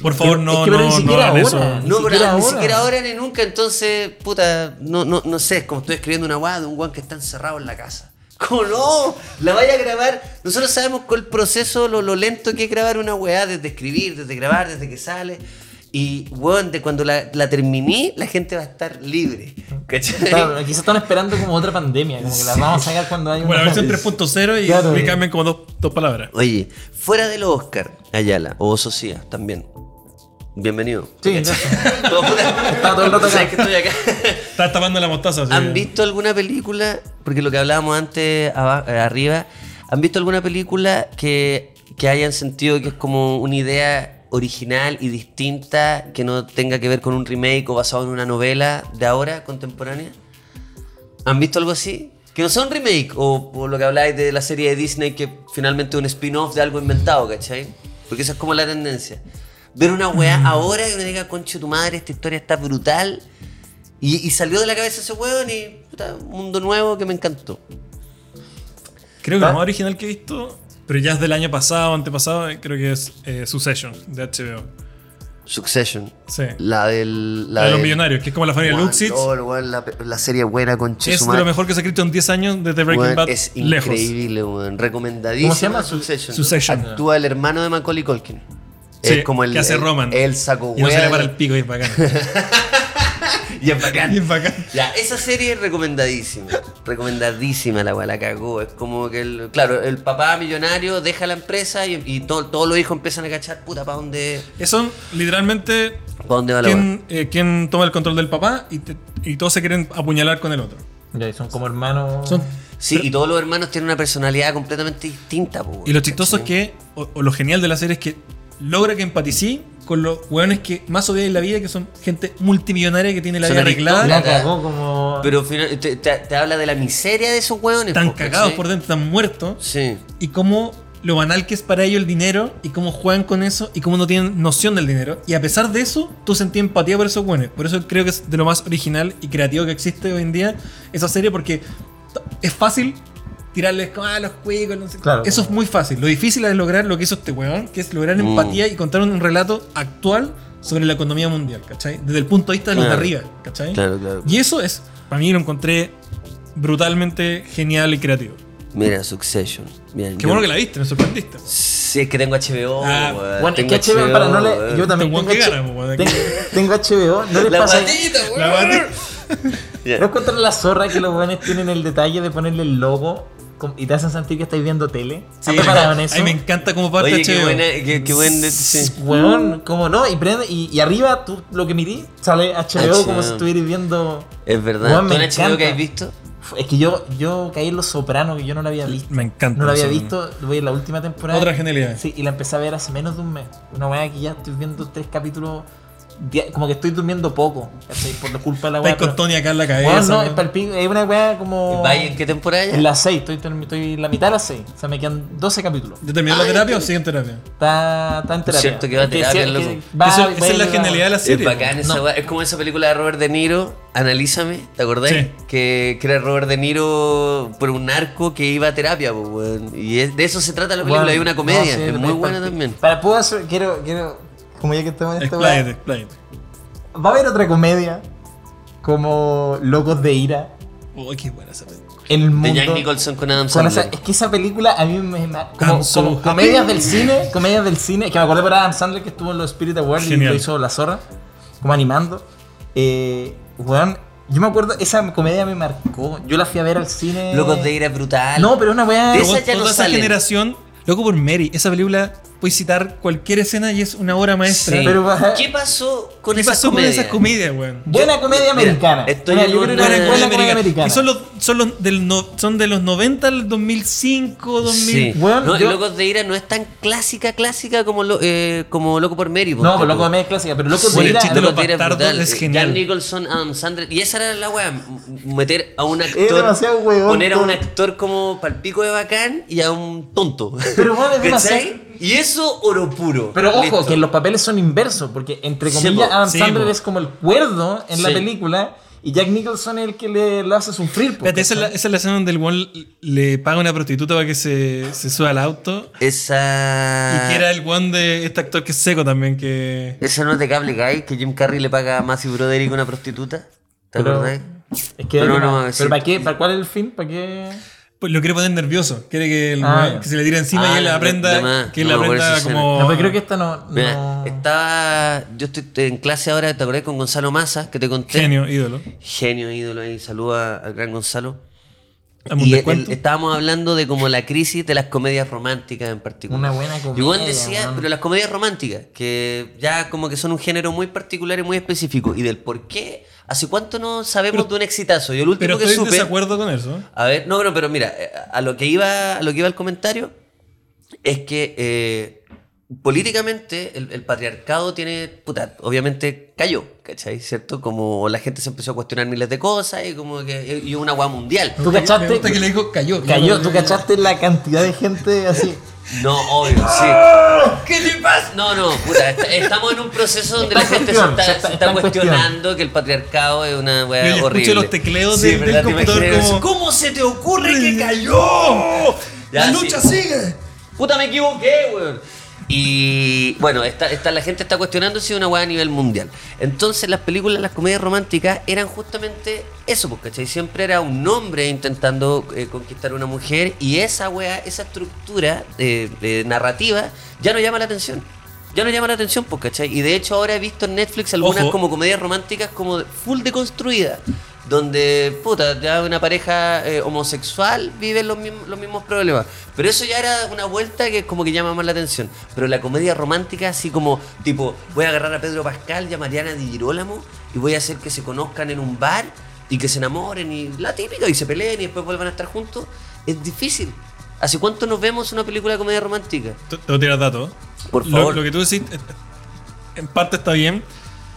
Por favor,
Es
no,
que, pero
no,
ni
no
siquiera ahora.
hagan eso.
No, pero
siquiera
ni
ahora.
siquiera ahora ni nunca, entonces, puta, no, no, no sé, es como estoy escribiendo una weá de un weón que está encerrado en la casa. [LAUGHS] ¿Cómo no? La vaya a grabar. Nosotros sabemos con el proceso, lo, lo lento que es grabar una weá, desde escribir, desde grabar, desde que sale. Y, weón, de cuando la, la terminé, la gente va a estar libre. ¿Cachai?
Claro,
[LAUGHS]
pero quizás están esperando como otra pandemia, como que la vamos a sacar cuando hay
Como la
una-
versión 3.0 y
Claro.
le cambian como dos, dos palabras.
Oye, fuera de los Oscar, Ayala, o Socia también. Bienvenido.
Sí, ya está.
Está
todo
[LAUGHS]
el rato acá.
que estoy acá.
Estás tapando la mostaza. así
¿Han
que-
visto alguna película? Porque lo que hablábamos antes aba- eh, arriba, ¿han visto alguna película que, que hayan sentido que es como una idea original y distinta que no tenga que ver con un remake o basado en una novela de ahora contemporánea? ¿Han visto algo así? Que no sea un remake o, o lo que habláis de la serie de Disney que finalmente es un spin-off de algo inventado, ¿cachai? Porque esa es como la tendencia. Ver una weá ahora y uno diga, concho tu madre, esta historia está brutal. Y, y salió de la cabeza ese weón y puta, un mundo nuevo que me encantó.
Creo que
¿Ah?
lo más original que he visto, pero ya es del año pasado, antepasado, eh, creo que es eh, Succession de HBO.
Succession.
Sí.
La del.
La de los millonarios, que es como la familia
Weón,
Luxich.
lol, weón, la, la serie buena con
Es de lo mejor que se ha escrito en 10 años desde Breaking Bad.
Es
lejos.
increíble, weón. Recomendadísimo.
¿Cómo se llama?
Succession.
Succession.
Actúa el hermano de Macaulay Culkin.
Sí,
es como el.
que hace
el-
Roman.
El saco
Y no se
weá
le para
y-
el pico, y es bacán.
[LAUGHS] Y es bacán.
Y es bacán.
Ya, esa serie es recomendadísima. Recomendadísima la weá, la cagó. Es como que el. Claro, el papá millonario deja la empresa y, y todo- todos los hijos empiezan a cachar, puta, ¿para dónde,
Eh, Son literalmente
pa' dónde va la weá?
quien, eh, quien toma el control del papá y, te- y todos se quieren apuñalar con el otro.
Ya, y son como hermanos.
Son-
Sí, y todos los hermanos tienen una personalidad completamente distinta, po,
y lo chistoso es
¿cachai?
que, o, o lo genial de la serie es que logra que empaticí con los hueones que más odian la vida, que son gente multimillonaria que tiene la
Son
vida
aristócratas.
arreglada.
La cagó como.
Ah, Pero al final te, te- te habla de la miseria de esos hueones.
tan
po, ¿cachai?
cagados por dentro, tan muertos,
Sí.
y cómo lo banal que es para ellos el dinero, y cómo juegan con eso, y cómo no tienen noción del dinero. Y a pesar de eso, tú sentí empatía por esos buenos. Por eso creo que es de lo más original y creativo que existe hoy en día esa serie, porque t- es fácil tirarles como, ah, los cuicos, no sé.
Claro.
Eso es muy fácil. Lo difícil es lograr lo que hizo este weón, que es lograr
Mm.
empatía y contar un relato actual sobre la economía mundial, ¿cachai? Desde el punto de vista de los
Claro.
de arriba, ¿cachai?
Claro, claro.
Y eso es, para mí lo encontré brutalmente genial y creativo.
Mira, Succession. Mira,
Qué
yo-
bueno que la viste, me sorprendiste.
Sí, es que tengo HBO.
Ah,
weón,
Bueno, es
tengo
que HBO, para no
weón.
le. Yo también
Este weón
tengo,
que
H-
gana, weón. [LAUGHS]
ten- tengo HBO. No les
La
pasa.
patita, weón.
La batí.
Ya.
No encuentran la zorra que los buenos tienen el detalle de ponerle el logo com- y te hacen sentir que estáis viendo tele. ¿Se
Sí,
preparado en
ay,
eso?
me encanta cómo parte
Oye, qué
HBO.
buena, qué, qué buen. sí.
Weón, ¿cómo no? Y, prende- y, y arriba tú lo que mirís sale HBO, como
HBO.
si estuvieras viendo.
Es verdad.
Weón,
¿Tú
me
en HBO que
encanta.
has visto?
Fu- Es que yo, yo caí en Los Sopranos, que yo no la había visto.
Me encanta
No la había
Los
visto, voy en la última temporada.
Otra genialidad.
Sí, y la empecé a ver hace menos de un mes. Una weá que ya estoy viendo tres capítulos. di- Como que estoy durmiendo poco, ¿cachai? Por la culpa de la
Estáis
weá.
con
pero-
Tony acá en la cabeza.
Weón, no, es
weón.
pa'l pico, es una weá como.
¿Vais en qué temporada ya?
En la 6, estoy, estoy, estoy en la mitad de la 6. O sea, me quedan 12 capítulos.
¿Ya terminó la terapia o sigue en terapia?
Está, está en terapia.
Cierto que va a
Que
terapia,
sí,
loco.
que va,
Eso-
va,
esa es la
va.
genialidad de la
Es
serie.
bacán esa weá. Es como esa película de Robert De Niro, Analízame, ¿te acordás?
Sí.
Que, que era Robert De Niro por un narco que iba a terapia, po, weón. Y es- de eso se trata la película,
Bueno,
hay una comedia,
no, sí,
es
lo
muy
tengo
buena
para-
también.
Para, puedo hacer, quiero, quiero, como ya que estamos en esta weá,
Expláyate, expláyate.
va a haber otra comedia como Locos de Ira
Uy, Oh, qué buena esa película.
en el mundo.
De Jack Nicholson con Adam
Con esa-
Sandler.
es que esa película a mí me ma- como,
I'm so
como
happy.
comedias del cine, comedias del cine, que me acordé por Adam Sandler que estuvo en los Spirit Awards y
Genial.
lo hizo La Zorra, como animando. Eh, weón, yo me acuerdo, esa comedia me marcó. Yo la fui a ver al cine.
Locos de ira es brutal.
No, pero es una weá.
De
Pero
Esa ya
toda
no
esa
sale.
generación, loco por Mary, esa película, puedes citar cualquier escena y es una obra maestra.
Sí.
pero va-
¿Qué pasó con
¿Qué
esa
pasó con
comedia?
esas comedias, weón?
Buena comedia
Mira,
americana.
estoy
Mira,
en
yo
un-
creo que
buena
era
comedia
buena comedia americana.
Y son los, son, los del no- son de los 90 al 2005,
Sí.
2000.
Weón,
No, y
yo-
Locos de Ira no es tan clásica, clásica como, lo- eh, como Loco por Mary.
No, pero loco
por
comedia es clásica, pero loco
Sí,
de ira.
chiste,
a mí-
loco. Bastardo es genial.
Jan Eh, Nicholson, Adam Sandler. Y esa era la weá. m- Meter a un actor.
demasiado huevón,
poner a
todo.
un actor como palpico de bacán y a un tonto.
Pero, weón, es
[LAUGHS] ¿Cachai?
demasiado-
Y eso oro puro.
Pero ojo,
Listo.
que los papeles son inversos, porque entre
Sí,
comillas
po,
Adam
sí,
Sandler
po.
es como el cuerdo en la
Sí.
película y Jack Nicholson es el que le lo hace sufrir. po,
Espérate, esa, es la,
¿cachai?
esa es la escena donde el weón le paga a una prostituta para que se, se suba al auto.
Esa.
Y que era el weón de este actor que es seco también, que.
Esa no es de Cable Guy, que Jim Carrey le paga a Matthew Broderick una prostituta. ¿Te
Pero-
acordás?
Es que,
Pero
pero,
no, no, sí.
¿para qué? ¿Para cuál es el fin? ¿Para qué?
Pues lo quiere poner nervioso. Quiere que, el
Ah,
weón-
ya.
que se le tire encima
Ah,
y él
de- de
aprenda.
más.
Que él
No, por
aprenda
eso
como.
No, pero creo que esta no. no-
Mira, estaba. Yo estoy en clase ahora, ¿te acordás? Con Gonzalo Massa, que te conté.
Genio, ídolo.
Genio, ídolo ahí. Saluda al gran Gonzalo.
Dame un
Y el-
descuento.
estábamos hablando de como la crisis de las comedias románticas en particular.
Una buena
Y
comedia,
Juan decía,
weón.
pero las comedias románticas, que ya como que son un género muy particular y muy específico. Y del por qué, hace cuánto no sabemos de un exitazo. Yo el último
Pero
que
estoy en
supe.
desacuerdo con eso.
A ver, no, no, pero mira, eh, a lo que iba, a lo que iba el comentario es que eh, políticamente el, el patriarcado tiene, puta, obviamente cayó, ¿cachai? ¿Cierto? Como la gente se empezó a cuestionar miles de cosas y como que eh, y una agua mundial.
¿Tú
Me gusta que
cachaste?
le dijo cayó.
Cayó, ¿tú cachaste la cantidad de gente así?
No, obvio, sí. ¿Qué le pasa? No, no, puta, est- estamos en un proceso donde
Está
la
en
gente se
cuestión,
está,
se está-
se
está
está
en
cuestionando que el patriarcado es una
Yo ya
weá
escucho
horrible.
los tecleos
Sí,
del- del
¿verdad? Te
computador
imaginas,
como-
¿Cómo se te ocurre que cayó? Ya, sí.
sigue.
Puta, me equivoqué, weón. Y bueno, está, está- la gente está cuestionando si es una weá a nivel mundial. Entonces las películas, las comedias románticas eran justamente eso, pues, ¿cachai? Siempre era un hombre intentando eh, conquistar una mujer y esa weá, esa estructura eh, eh, narrativa ya no llama la atención. Ya no llama la atención, pues, ¿cachai? Y de hecho ahora he visto en Netflix algunas
Ojo.
como comedias románticas como de- full deconstruidas. Donde, puta, ya una pareja eh, homosexual vive los, mism- los mismos problemas. Pero eso ya era una vuelta que como que llama más la atención. Pero la comedia romántica, así como, tipo, voy a agarrar a Pedro Pascal y a Mariana Di Girolamo y voy a hacer que se conozcan en un bar y que se enamoren y la típica, y se peleen y después vuelvan a estar juntos, es difícil. ¿Hace cuánto nos vemos una película de comedia romántica?
Te te voy a tirar datos.
Por
Lo-
favor.
Lo, que tú decís, eh, en parte está bien.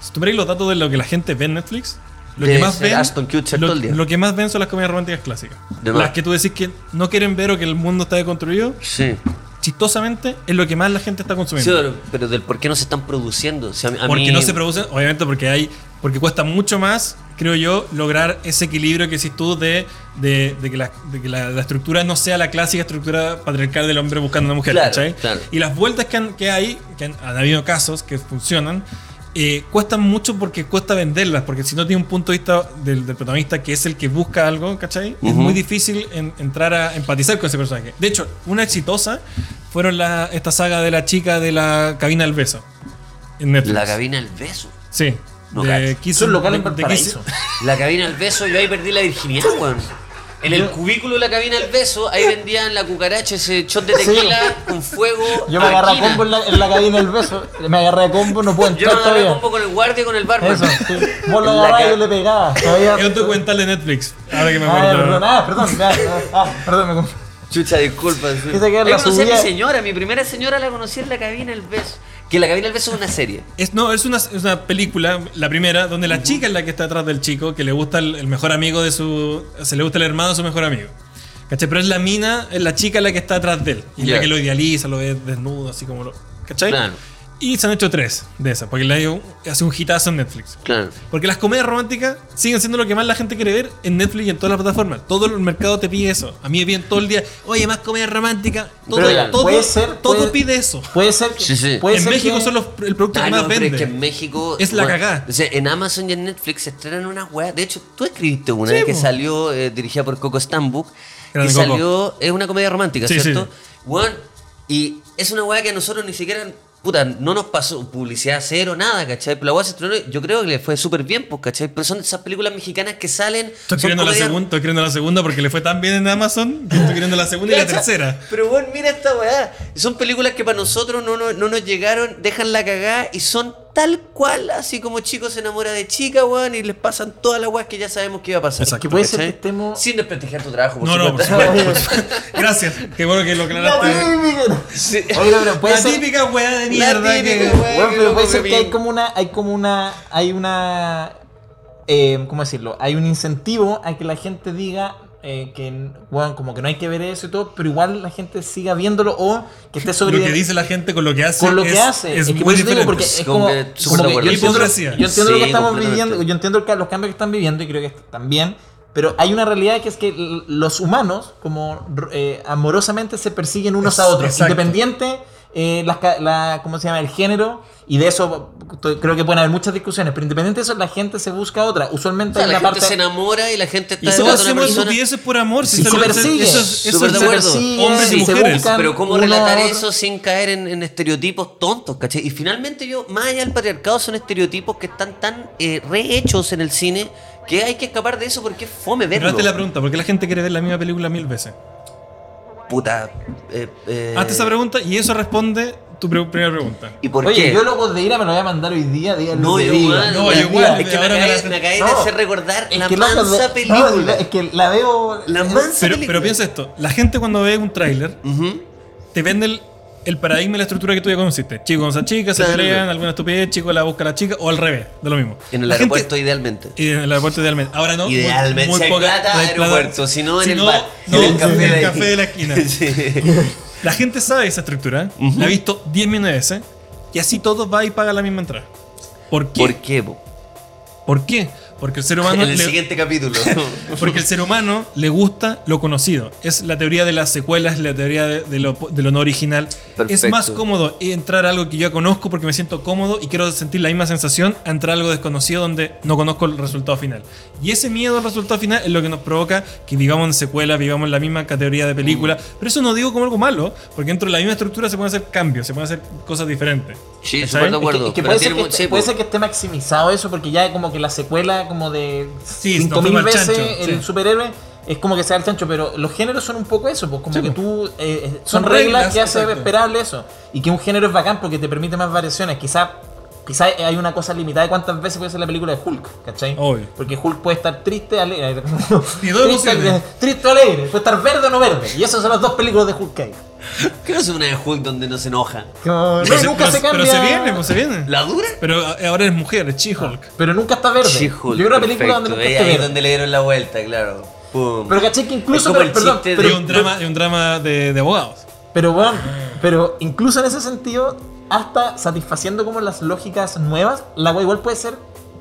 Si tú miras los datos de lo que la gente ve en Netflix, lo
Debe
que más
ser
ven.
Ashton Kutcher
lo,
todo el día.
lo que más ven son las comedias románticas clásicas.
De más.
Las que tú decís que no quieren ver o que el mundo está deconstruido,
Sí.
chistosamente es lo que más la gente está
Sí,
consumiendo.
pero, pero del por qué no se están produciendo. O sea, a mí- a
porque
mí-
no se producen, obviamente porque hay, porque cuesta mucho más, creo yo, lograr ese equilibrio que decís tú de, de, de que, la, de que la- la estructura no sea la clásica estructura patriarcal del hombre buscando a una mujer,
Claro,
¿cachai?
claro.
Y las vueltas que, han- que hay, que han, han habido casos que funcionan, eh, eh, cuestan mucho porque cuesta venderlas, porque si no tiene un punto de vista del, del protagonista que es el que busca algo, ¿cachai? Es
Ujú.
muy difícil en- entrar a empatizar con ese personaje. De hecho, una exitosa fueron la, esta saga de la chica de la cabina del beso. En Netflix.
La cabina del beso.
Sí.
No,
de
cacho.
Kiss-
Eso es local en
de- de Kiss-
Valparaíso.
La cabina del beso, yo ahí perdí la virginidad, weón. En el cubículo de la cabina del beso, ahí vendían la cucaracha, ese shot de tequila con fuego.
Yo me agarré a
arquina.
combo en la, en la cabina del beso. Me agarré a combo, no puedo
Yo
entrar
me agarré
todavía.
combo con el guardia y con el barman.
Eso, sí. Vos lo
En la
agarrás y
ca-
yo le pegaba. Todavía...
Es un documental de Netflix. Ahora que me
Ah,
acuerdo.
perdón, ah, perdón, ya, ah, perdón, me confundí.
[LAUGHS] Chucha, disculpa. sí.
Dice que
Ahí
la
conocí a
subida-
mi señora, mi primera señora la conocí en la cabina del beso. Que la cabina del beso es una serie.
Es, no, es una, es una película, la primera, donde la chica es la que está atrás del chico, que le gusta el, el mejor amigo de su. Se le gusta el hermano de su mejor amigo. ¿Cachai? Pero es la mina, es la chica la que está atrás de él. Y
Ya.
la que lo idealiza, lo ve desnudo, así como lo. ¿Cachai?
Claro.
Y se han hecho tres de esas, porque le hace un hitazo en Netflix.
Claro.
Porque las comedias románticas siguen siendo lo que más la gente quiere ver en Netflix y en todas las plataformas. Todo el mercado te pide eso. A mí me piden todo el día, oye, más comedia romántica. Todo,
Pero ya,
todo,
puede ser,
todo
puede-
pide eso.
Puede ser que.
Sí, sí.
Puede
en
ser
México
que-
son los, el producto
Ah,
que más
no, pero
vende.
es que en México.
Es la
bueno,
cagá.
O sea, en Amazon y en Netflix se estrenan unas weas. De hecho, tú escribiste una
Sí,
que
po.
salió eh, dirigida por Coco Stambuk. Que
Grande
salió. Es una comedia romántica,
Sí,
¿cierto?
sí.
Weón, y es una wea que a nosotros ni siquiera. Puta, no nos pasó publicidad cero, nada, ¿cachai? Pero la wea se estrenó. y Yo creo que le fue súper bien, pues, ¿cachai? Pero son esas películas mexicanas que salen. son
Estoy queriendo, la
comedias-
segunda, estoy queriendo la segunda porque le fue tan bien en Amazon. que Estoy queriendo la segunda y la
Cacha.
tercera.
Pero bueno, mira esta weá. Son películas que para nosotros no, no- no nos llegaron, dejan la cagada y son tal cual, así como chicos se enamora de chica, weón, y les pasan todas las weas que ya sabemos que iba a pasar.
Exacto.
Que puede ser que
¿Cachai?
estemos.
Sin desprestigiar tu trabajo, por
No, no, por
supuesto.
supuesto. por supuesto. Gracias. Qué bueno que lo
La
aclaraste.
típica.
Sí.
Oye, pero puede
La
ser.
típica weá de
La
mierda que.
típica weá.
Bueno, pero
loco,
puede ser
que
que hay
bien.
como una. Hay como una. Hay una. eh, ¿Cómo decirlo? Hay un incentivo a que la gente diga. eh, que bueno, como que no hay que ver eso y todo, pero igual la gente siga viéndolo o que esté sobre
Lo que dice la gente con lo que hace.
con lo
es,
que hace.
Es,
que por
muy
eso te digo,
diferente.
porque es
Como
como,
que súper
como
de
que
acuerdo.
yo entiendo,
Hipocresía.
yo entiendo lo
Sí,
que estamos
completamente.
viviendo, yo entiendo que los cambios que están viviendo y creo que están bien, pero hay una realidad que es que l- los humanos, como eh, amorosamente, se persiguen unos
Es-
a otros,
exacto.
independiente. eh, las ca- la, ¿Cómo se llama? El género, y de eso to- creo que pueden haber muchas discusiones, pero independiente de eso, la gente se busca otra.
O
Usualmente
sea,
hay
la
una
gente
parte.
se enamora y la gente
Y
está detrás
todos
de una
hacemos
persona.
estupideces por amor. Si
Sí,
se
se
lo-
persigue.
Eso, es- eso
Súper
es
de
se
acuerdo.
persigue,
Hombres y
se
mujeres.
buscan
Pero cómo
uno a
relatar
otro.
eso sin caer en, en estereotipos tontos, ¿cachai? Y finalmente yo, más allá del patriarcado, son estereotipos que están tan eh, rehechos en el cine que hay que escapar de eso porque es fome
Pero
verlo.
hazte la pregunta, ¿por qué la gente quiere ver la misma película mil veces?
Puta. eh, eh,
Hazte esa pregunta y eso responde tu pre- primera pregunta.
¿Y por
Oye,
qué?
yo locos de ira me lo voy a mandar hoy día. díganlo
No,
que
yo
digan,
igual,
no,
que
yo
digan.
igual.
Es que me
Ahora me
acabáis-
la-
me acabáis de
No.
hacer recordar
Es
la
que loco,
mansa
de-
película.
no, es que la veo.
La mansa
Pero,
película.
pero piensa esto, la gente cuando ve un tráiler
Ujú.
te vende el, el paradigma y la estructura que tú ya conociste. Chico con esa chica, se
Claro.
pelean, alguna estupidez, chico la busca a la chica, o al revés, de lo mismo.
En el
La gente-
aeropuerto, idealmente.
y en el aeropuerto idealmente. Ahora no. muy-
Idealmente, si hay plata,
no hay
aeropuerto, si no, en el bar,
no,
en el
en
café
el
de ahí.
café de la esquina.
[LAUGHS] Sí.
La gente sabe esa estructura, la ha visto 10 millones de veces, y así todos va y paga la misma entrada. ¿Por qué?
¿Por qué? po?
¿Por qué? Porque el ser
En
humano
el
le-
siguiente capítulo.
porque el ser humano le gusta lo conocido. Es la teoría de las secuelas, la teoría de, de lo, de lo no original.
Perfecto.
Es más cómodo entrar a algo que yo ya conozco porque me siento cómodo y quiero sentir la misma sensación a entrar a algo desconocido donde no conozco el resultado final. Y ese miedo al resultado final es lo que nos provoca que vivamos en secuelas, vivamos en la misma categoría de película.
Mm.
Pero eso no digo como algo malo, porque dentro de la misma estructura se pueden hacer cambios, se pueden hacer cosas diferentes.
Sí,
¿Cachai?
súper de
Es que-
acuerdo.
Es que
pero
puede, ser
tiene
que,
mu- sí, pues.
puede
po.
ser que esté maximizado eso, porque ya como que la secuela como de
Sí, nos
5000
fuimos al
veces
chancho,
el
sí.
superhéroe es como que sea el chancho, pero los géneros son un poco eso, pues como
Sí,
que
pues.
tú eh, eh,
Son
son, reglas,
reglas,
que hacen
exacto.
esperable eso, y que un género es bacán porque te permite más variaciones, quizás quizás hay una cosa limitada de cuántas veces puede ser la película de Hulk, ¿cachai?
Obvio.
Porque Hulk puede estar triste, [LAUGHS]
Y
alegre,
dos
triste, eh,
emociones.
triste o alegre, puede estar verde o no verde, y esas son las dos películas de Hulk que hay.
¿Qué no es una de Hulk donde no se enoja?
Como,
Pero
no,
se-
nunca
pero-
se cambia.
Pero se viene, pues, se viene.
¿La dura?
Pero a- ahora es mujer, es She-Hulk.
Pero nunca está verde.
She-Hulk,
Yo creo una película
perfecto.
donde nunca
Ahí,
está
ahí
verde.
donde le dieron la vuelta, claro. Pum.
Pero caché que
Es
incluso.
como
Pero,
el
perdón,
chiste de
pero,
es un drama, es un drama de, de abogados.
pero, bueno, pero incluso en ese sentido, hasta satisfaciendo como las lógicas nuevas, la wea igual puede ser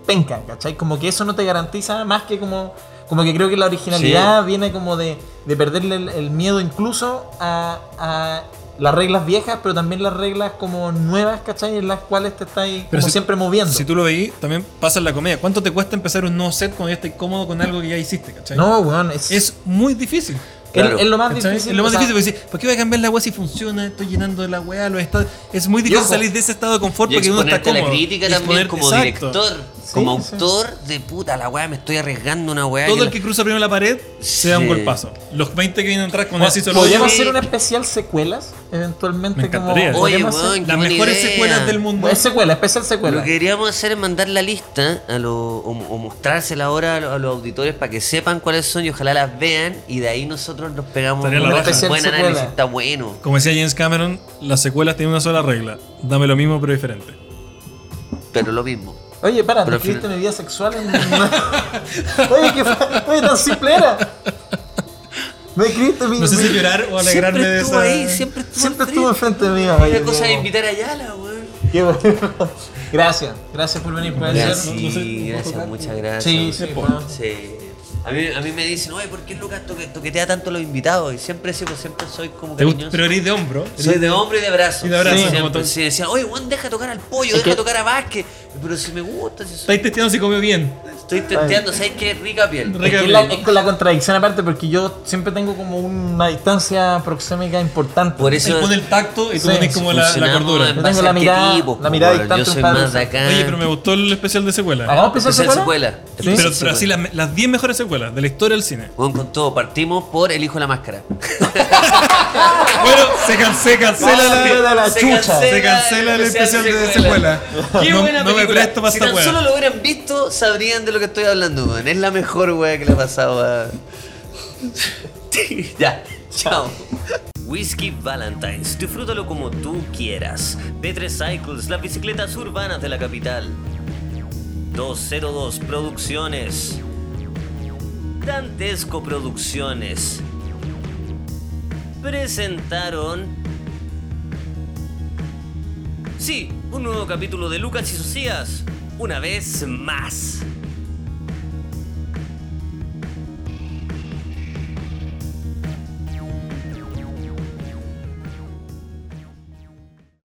penca, ¿cachai? Como que eso no te garantiza más que como. Como que creo que la originalidad viene como de, de perderle el, el miedo incluso a, a las reglas viejas, pero también las reglas como nuevas, ¿cachai? En las cuales te estáis
Pero
como
si-
siempre moviendo.
Si tú lo veí, también pasa en la comedia. ¿Cuánto te cuesta empezar un nuevo set cuando ya estás cómodo con algo que ya hiciste, cachai?
no, weón, es, es,
Es muy difícil.
Claro.
es lo más
¿cachai?
difícil.
es lo más
o sea,
difícil porque decir, ¿por qué voy a cambiar la weá si funciona? Estoy llenando de la weá, los estados. Es muy difícil
ojo,
salir de ese estado de confort
Y
porque uno está
exponerte a
cómodo.
la crítica
Y
también
exponer-
como
Exacto.
director, como
sí.
autor de puta, la weá, me estoy arriesgando una weá.
Todo
Ah, que
el que cruza primero la pared se da un
Sí.
golpazo. Los 20 que vienen atrás cuando
bueno,
así solo
Podríamos
Sí.
hacer una especial secuelas, eventualmente.
Me
como-
encantaría.
Oye,
podríamos
weón,
hacer-
qué
las
buena
mejores
idea.
secuelas del mundo.
Es secuela, especial secuela.
Lo que queríamos hacer es mandar la lista a lo- o, o mostrársela ahora a, lo- a los auditores para que sepan cuáles son y ojalá las vean y de ahí nosotros nos pegamos
Estaría la
un
raja.
buen
Especial
análisis,
secuela.
está bueno.
Como decía James Cameron, las secuelas tienen una sola regla. Dame lo mismo pero diferente.
Pero lo mismo.
Oye, para,
Pero al
describiste
final-
mi vida sexual en. [LAUGHS] oye, qué fa- oye, tan simple era. Me escribiste mi.
No sé si
mi-
llorar o alegrarme
Siempre
de
estuvo
esa...
ahí, siempre estuvo,
Siempre
al
estuvo
frente.
enfrente mío.
Una
oye,
cosa de
como-
invitar a Yala, weón.
qué bueno. Gracias, gracias por venir. puede ser.
Gracias,
no sé,
gracias, muchas gracias.
Sí, sí, bueno.
Sí. A mí, a mí me dicen, oye, ¿por qué Lucas toque- toquetea tanto a los invitados? Y siempre, sí, pues, siempre soy como
Te gusta-
cariñoso.
pero eres de hombro.
Soy de hombre y de brazo.
Y de abrazo,
Sí,
como
siempre.
todo.
Sí, decía, oye, Juan, deja tocar al pollo,
Es
deja
que-
tocar a Vázquez. Pero si me gusta, si soy-
Estáis testeando si comió bien.
estoy testeando, ¿sabes qué? Rica piel.
Es, que la, es con la contradicción aparte, porque yo siempre tengo como una distancia proxémica importante.
Por
Se
eso
pone el tacto y tú
Sí.
pones como la, la
funcionamos
cordura.
en
Yo
base
tengo la
a
mirada-
arquetipos,
la mirada
po, weón. Yo
distante
soy
un
más
par.
de acá.
Oye, pero me gustó el especial de secuela.
¿Hagamos especial
Especial secuela.
secuela? Sí.
Pero,
Ah, Sí,
pero así
secuela.
las, las 10 mejores secuelas de la historia del cine.
Weón, con todo, partimos por El Hijo de la Máscara.
Bueno, se, can- se cancela
Ah,
la...
sí. de la chucha.
Se cancela el especial de secuela.
Qué
No-
buena
no me
película.
presto pa'
si
esta
tan
wea.
solo lo hubieran visto, sabrían de lo que estoy hablando, weón. Es la mejor wea que le ha pasado a. [LAUGHS] ya, chao. Whiskey Valentine's, disfrútalo como tú quieras. B3 Cycles, las bicicletas urbanas de la capital. 202 Producciones. Dantesco Producciones. Presentaron Sí, un nuevo capítulo de Lucas y Socias. Una vez más.